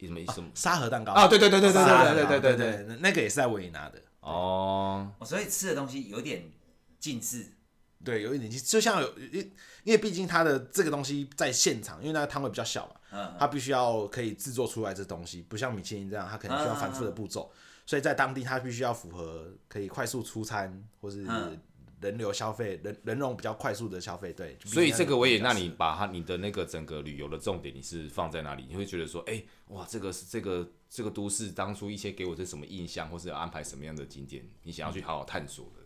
S1: 什么什么
S3: 沙河蛋糕
S1: 啊？对对对对对
S3: 沙河
S1: 对对
S3: 蛋糕
S1: 对对对
S3: 对，那那个也是在维也纳的。
S1: 哦，
S2: 哦所以吃的东西有点近似。
S3: 对，有一点，就像有，因因为毕竟它的这个东西在现场，因为那个摊位比较小嘛，
S2: 嗯，
S3: 它必须要可以制作出来这东西，不像米其林这样，它可能需要反复的步骤，所以在当地它必须要符合可以快速出餐或是
S2: 嗯
S3: 人流消费、人人龙比较快速的消费，对。就
S1: 所以
S3: 毕竟它
S1: 这
S3: 是
S1: 个维也纳，
S3: 比较
S1: 你把它你的那个整个旅游的重点，你是放在哪里？你会觉得说，哎、哇，这个是这个这个都市当初一些给我的什么印象，或是安排什么样的景点，你想要去好好探索的？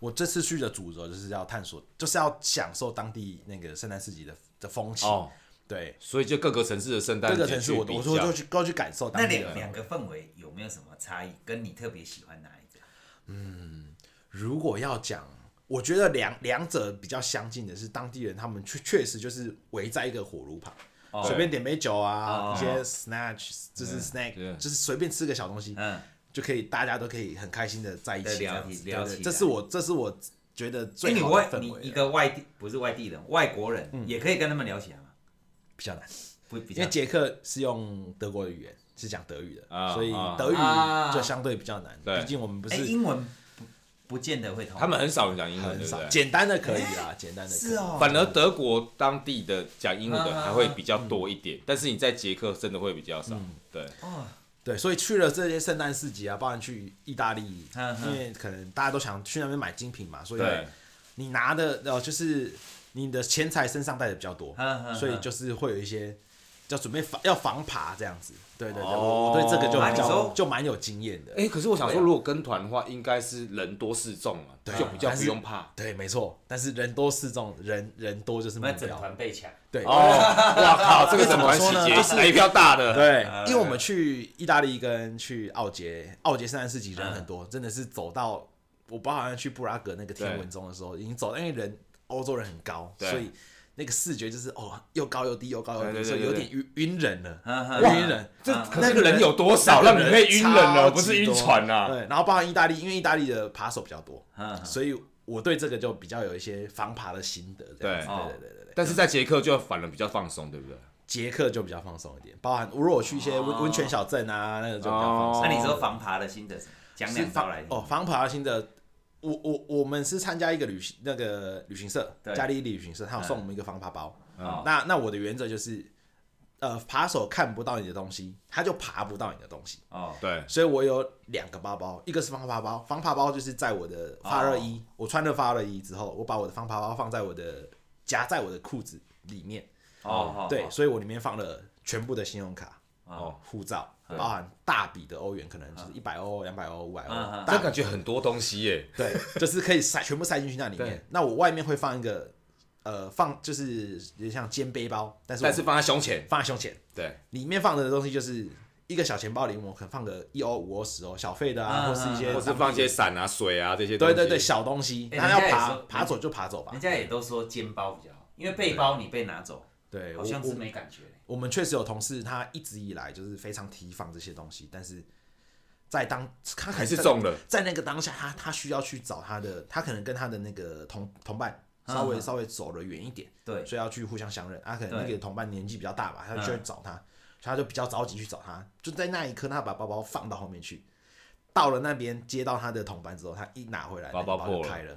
S3: 我这次去的主轴就是要探索，就是要享受当地那个圣诞市集的的风情，
S1: 哦，
S3: 对。
S1: 所以就各个城市的圣诞
S3: 各
S1: 节
S3: 个城市我都
S1: 去
S3: 我
S1: 比
S3: 都我都
S1: 较，
S3: 去都去感受当
S2: 那
S3: 地
S2: 两
S3: 的。
S2: 两个氛围有没有什么差异？跟你特别喜欢哪一个？
S3: 如果要讲，我觉得两两者比较相近的是，当地人他们确确实就是围在一个火炉旁，随便点杯酒
S2: 哦
S3: 啊，一些 snatch 就是
S1: 嗯
S3: snack，
S1: 对
S3: 就是随便吃个小东西，
S2: 嗯，
S3: 就可以大家都可以很开心的在一起
S2: 对
S3: 这样
S2: 聊
S3: 子。
S2: 起
S3: 对
S2: 聊
S3: 对
S2: 起
S3: 这
S2: 来
S3: 是我这是我觉得
S2: 所以
S3: 最
S2: 哎你
S3: 好的
S2: 外
S3: 氛
S2: 你
S3: 围啊
S2: 一
S3: 了，
S2: 个外地不是外地人，外国人也可以跟他们聊起来嘛？
S3: 比较难，
S2: 不比
S3: 因
S2: 较
S3: 为捷克是用德国的语言，是讲德语的，
S1: 啊
S3: 所以
S1: 啊
S3: 德
S2: 啊
S3: 语就相对比较难。
S1: 对
S3: 毕竟我们不
S2: 哎，
S3: 是
S2: 英文不不见得会通。
S1: 他们很少人讲英文，
S3: 很
S1: 对不
S3: 少，
S1: 对？
S3: 简单的可以啦，简单的可以
S2: 是哦
S1: 反而德国当地的讲英文的
S2: 啊
S1: 还会比较多一点，但是你在捷克真的会比较少。对，
S2: 哦，
S3: 对，所以去了这些圣诞市集啊，包含去意大利，
S2: 嗯嗯
S3: 因为可能大家都想去那边买精品嘛，所以
S1: 对
S3: 你拿的呃就是你的钱财身上带的比较多
S2: 嗯嗯，嗯
S3: 所以就是会有一些要准备防要防爬这样子。对对对，
S1: 哦
S3: 我我对这个就
S2: 啊
S3: 比
S2: 你
S3: 较
S2: 说
S3: 就蛮有经验的。
S1: 哎、可是我想
S2: 对
S1: 说，
S2: 啊
S1: 如果跟团的话，应该是人多势众嘛，
S3: 对
S1: 就比较
S3: 但
S1: 不
S3: 是
S1: 用怕。
S3: 对，没错，但是人多势众，人人多就是
S2: 我
S3: 目
S2: 们整
S3: 标。
S2: 团被抢。
S3: 对
S1: 哦，哇靠，这个怎么
S3: 因为怎么说
S1: 洗
S3: 呢
S1: 劫？
S3: 就是
S1: 是来一票大的。
S3: 对
S2: 啊，
S3: 因为我们去意大利跟去奥捷，奥捷圣诞市集人很多，真的是走到我包含去布拉格那个天文钟的时候，已经走到，因为人欧洲人很高，
S1: 对
S3: 所以那个视觉就是哦，又高又低，又高又
S1: 对对
S3: 低，
S1: 对
S3: 所以
S1: 对
S3: 有点晕晕人了，
S2: 嗯嗯
S3: 晕人。
S1: 这
S2: 啊
S1: 可
S3: 那
S1: 是
S3: 个人
S1: 人有多少让你会晕人
S3: 了，
S1: 了？不是晕船啊？
S3: 对，然后包含意大利，因为意大利的扒手比较多，
S2: 嗯嗯
S3: 所以我对这个就比较有一些防爬的心得，这样子。
S2: 对
S3: 对对对对对，
S1: 但是在捷克就反而比较放松，对不对？
S3: 捷克就比较放松一点，包含如果我去一些温
S2: 哦
S3: 温泉小镇啊，那个就比较放松。
S2: 那
S1: 哦
S2: 你说防爬的心得是什么讲
S3: 是
S2: 两招来听
S3: 哦，防爬型的，我我我们是参加一个旅行那个旅行社，
S2: 对嗯
S3: 嘉义旅行社，他有送我们一个防爬包。
S2: 哦
S3: 那那我的原则就是，呃，扒手看不到你的东西，他就爬不到你的东西。
S2: 哦
S1: 对，
S3: 所以我有两个包包，一个是防爬包，防爬包就是在我的发热衣，
S2: 哦
S3: 我穿了发热衣之后，我把我的防爬包放在我的夹在我的裤子里面，
S2: 哦哦，
S3: 对，所以我里面放了全部的信用卡、
S2: 哦
S3: 护照，包含大笔的欧元，可能就是一百欧、两百欧、五百欧
S2: 嗯嗯，
S1: 这
S3: 大
S1: 感觉很多东西耶，
S3: 对，就是可以塞全部塞进去那里面
S1: 对。
S3: 那我外面会放一个，呃，放就是有点像肩背包，但是
S1: 但是放在胸前，
S3: 放在胸前，
S1: 对，
S3: 里面放的东西就是一个小钱包里面，我可能放个一欧、五欧、十欧小费的啊，
S2: 嗯
S3: 或是一些
S1: 或是放一些伞啊、水啊这些东
S3: 对
S1: 西。
S3: 对对小东西。
S2: 哎
S3: 那
S2: 人
S3: 要
S2: 家也
S3: 爬
S2: 说
S3: 爬走就爬走吧
S2: 人。家也都说肩包比较好，因为背包你被拿走，
S3: 对，
S2: 好
S3: 我
S2: 像
S3: 我
S2: 是没感觉嘞。
S3: 我们确实有同事，他一直以来就是非常提防这些东西，但是在当他
S1: 还是
S3: 在
S1: 中了，
S3: 在那个当下，他他需要去找他的，他可能跟他的那个同同伴稍微
S2: 嗯嗯
S3: 稍微走了远一点。
S2: 对，
S3: 所以要去互相相认。啊，可能
S2: 对
S3: 那个同伴年纪比较大吧，他
S2: 嗯
S3: 就去找他，所以他就比较着急去找他。就在那一刻，他把包包放到后面去，到了那边接到他的同伴之后，他一拿回来，
S1: 包包
S3: 那个就
S1: 破了
S3: 开了，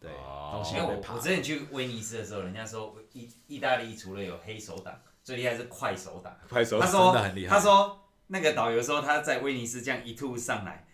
S3: 对，
S1: 哦
S3: 东西
S2: 因为
S3: 就
S2: 我
S3: 被爬
S2: 我
S3: 了
S2: 之。前去威尼斯的时候，人家说意意大利除了有黑手党，最厉害是快手党。
S1: 快手
S2: 他说
S3: 哦真的很厉害
S2: 他说那个导游说他在威尼斯这样一吐上来，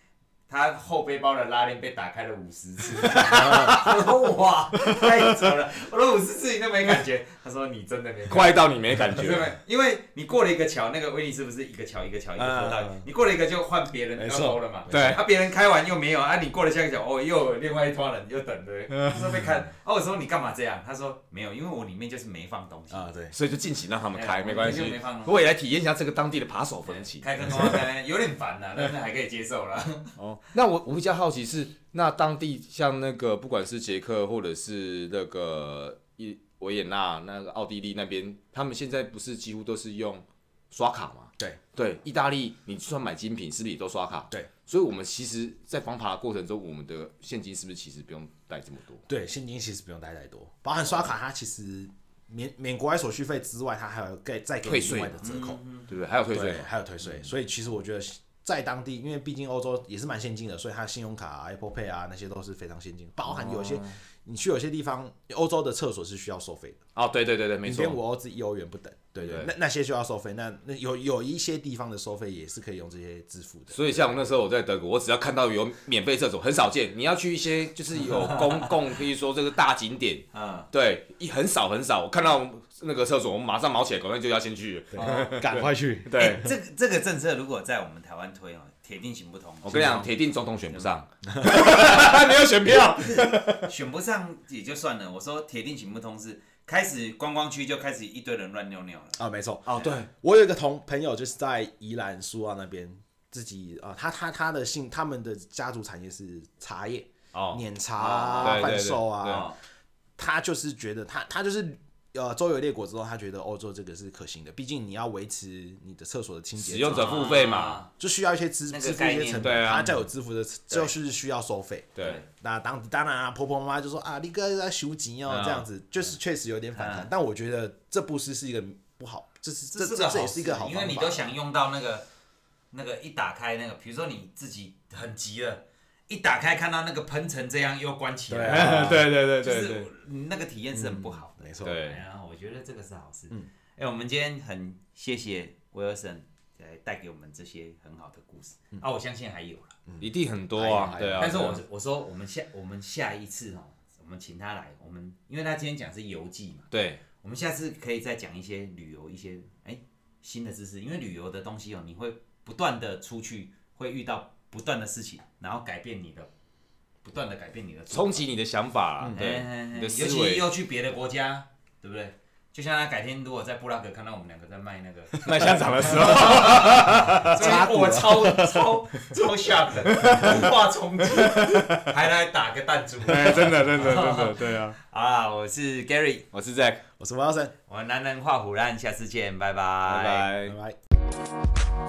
S2: 他后背包的拉链被打开了五十 次。我说哇，太扯了！我说五十次你都没感觉。他说你真的没感觉。
S1: 快到你没感
S2: 对不
S1: 觉，
S2: 对？因为你过了一个桥，那个威尼斯不是一个桥一个桥一个河道
S3: 嗯嗯嗯，
S2: 你过了一个就换别人
S3: 没
S2: 要
S3: 错
S2: 偷了嘛。
S1: 啊对
S2: 啊，别人开完又没有啊，你过了下一个桥，哦，又有另外一团人又 等着，就是被看。啊，我说你干嘛这样？他说没有，因为我里面就是没放东西。
S3: 啊，对，
S1: 所以就尽情让他们
S2: 哎
S1: 开，
S2: 我
S1: 没关
S2: 就
S1: 系
S2: 没放。
S1: 我也来体验一下这个当地的扒手风情。
S2: 开跟光开有点 烦呐，但是还可以接受啦。
S1: 哦，那我我比较好奇是，那当地像那个不管是捷克或者是那个伊维也纳、那个奥地利那边，他们现在不是几乎都是用刷卡吗？
S3: 对
S1: 对，意大利你就算买精品，是不是也都刷卡？
S3: 对，
S1: 所以我们其实，在防爬的过程中，我们的现金是不是其实不用带这么多？
S3: 对，现金其实不用带太多，包含刷卡，它其实免免国外手续费之外，它还有给再给
S1: 退
S3: 你
S1: 税
S3: 另外的折扣，
S1: 对不对？还嗯有退税
S3: 嗯对，还有退税。所以其实我觉得在当地，因为毕竟欧洲也是蛮先进的，所以它信用卡、啊、Apple Pay 啊那些都是非常先进的，包含有些、
S1: 哦
S3: 你去有些地方，欧洲的厕所是需要收费的，
S1: 哦，对对对对，没
S3: 你
S1: 错
S3: 连。五欧至一欧元不等。对对，
S1: 对
S3: 那那些需要收费，那那有有一些地方的收费也是可以用这些支付的。
S1: 所以像我那时候我在德国，我只要看到有免费厕所，很少见。你要去一些就是有 公共，比如说这个大景点，
S2: 嗯，
S1: 对，一很少很少，我看到那个厕所，我马上毛起来，赶快就要先去。
S3: 对，赶快去。
S1: 对，
S2: 这个这个政策如果在我们台湾推哦，铁定行不通。
S1: 我跟你讲，铁定总统选不 上，没有选票。
S2: 选不上也就算了，我说铁定行不通是开始观光区就开始一堆人乱尿尿了。
S3: 啊，没错。
S1: 哦，对，
S3: 我有一个同朋友就是在宜兰苏澳那边自己啊、他他他的姓，他们的家族产业是茶叶，
S1: 哦，
S3: 碾茶啊、
S1: 对对
S3: 贩
S1: 对
S3: 售啊，
S2: 哦，
S3: 他就是觉得他他就是呃周游列国之后，他觉得欧洲这个是可行的，毕竟你要维持你的厕所的清洁，
S1: 使用者付费嘛，
S3: 就需要一些支
S2: 那个
S3: 支付
S2: 概
S3: 一
S2: 念
S3: 些成
S1: 对
S3: 本，
S1: 啊
S3: 他才有支付的，就是需要收费。
S1: 对，
S3: 那当当然啊，婆婆妈妈就说啊，你哥在修钱哦
S1: 嗯，
S3: 这样子就是确实有点反弹
S1: 啊
S2: 嗯，
S3: 但我觉得这不是是一个不好，这是这
S2: 这
S3: 这这也是
S2: 是
S3: 一个好
S2: 因为
S3: 方
S2: 你都
S3: 法。
S2: 想用到那个那个一打开那个，比如说你自己很急了，一打开看到那个喷成这样又关起来了，
S3: 啊
S1: 对对对嗯
S2: 就是我那个体验是很不好的。
S3: 没错，
S1: 对
S2: 哎，呀，我觉得这个是好事。嗯，哎，我们今天很谢谢威尔森来带给我们这些很好的故事
S3: 嗯
S2: 啊，我相信还有啦。
S1: 一定很
S2: 哎
S1: 多啊，
S3: 还有还有
S1: 对啊。
S2: 但是我
S1: 对啊
S2: 我说我们下我们下一次哦，我们请他来，我们因为他今天讲是游记嘛，
S1: 对
S2: 我们下次可以再讲一些旅游一些哎新的知识，因为旅游的东西哦，你会不断的出去，会遇到不断的事情，然后改变你的，不断的改变你的做
S1: 冲
S2: 法
S1: 击你的想法啊，
S2: 哎
S1: 对
S2: 哎哎
S1: 你的
S2: 尤
S1: 思
S2: 其
S1: 维，
S2: 又去别的国家，对不对？就像他改天如果在布拉格看到我们两个在卖 那个，
S1: 卖香肠的时候，
S3: 扎古
S2: 我
S1: 啊
S2: 超超超 shock 的，文化 冲击，还来打个弹珠。
S1: 哎，真的真的真的，对啊。
S2: 好啦，我是 Gary，
S1: 我是 Zack，
S3: 我是 Wilson，
S2: 我们男人画虎烂，下次见，拜
S1: 拜
S2: 拜，拜
S1: 拜
S3: 拜。拜。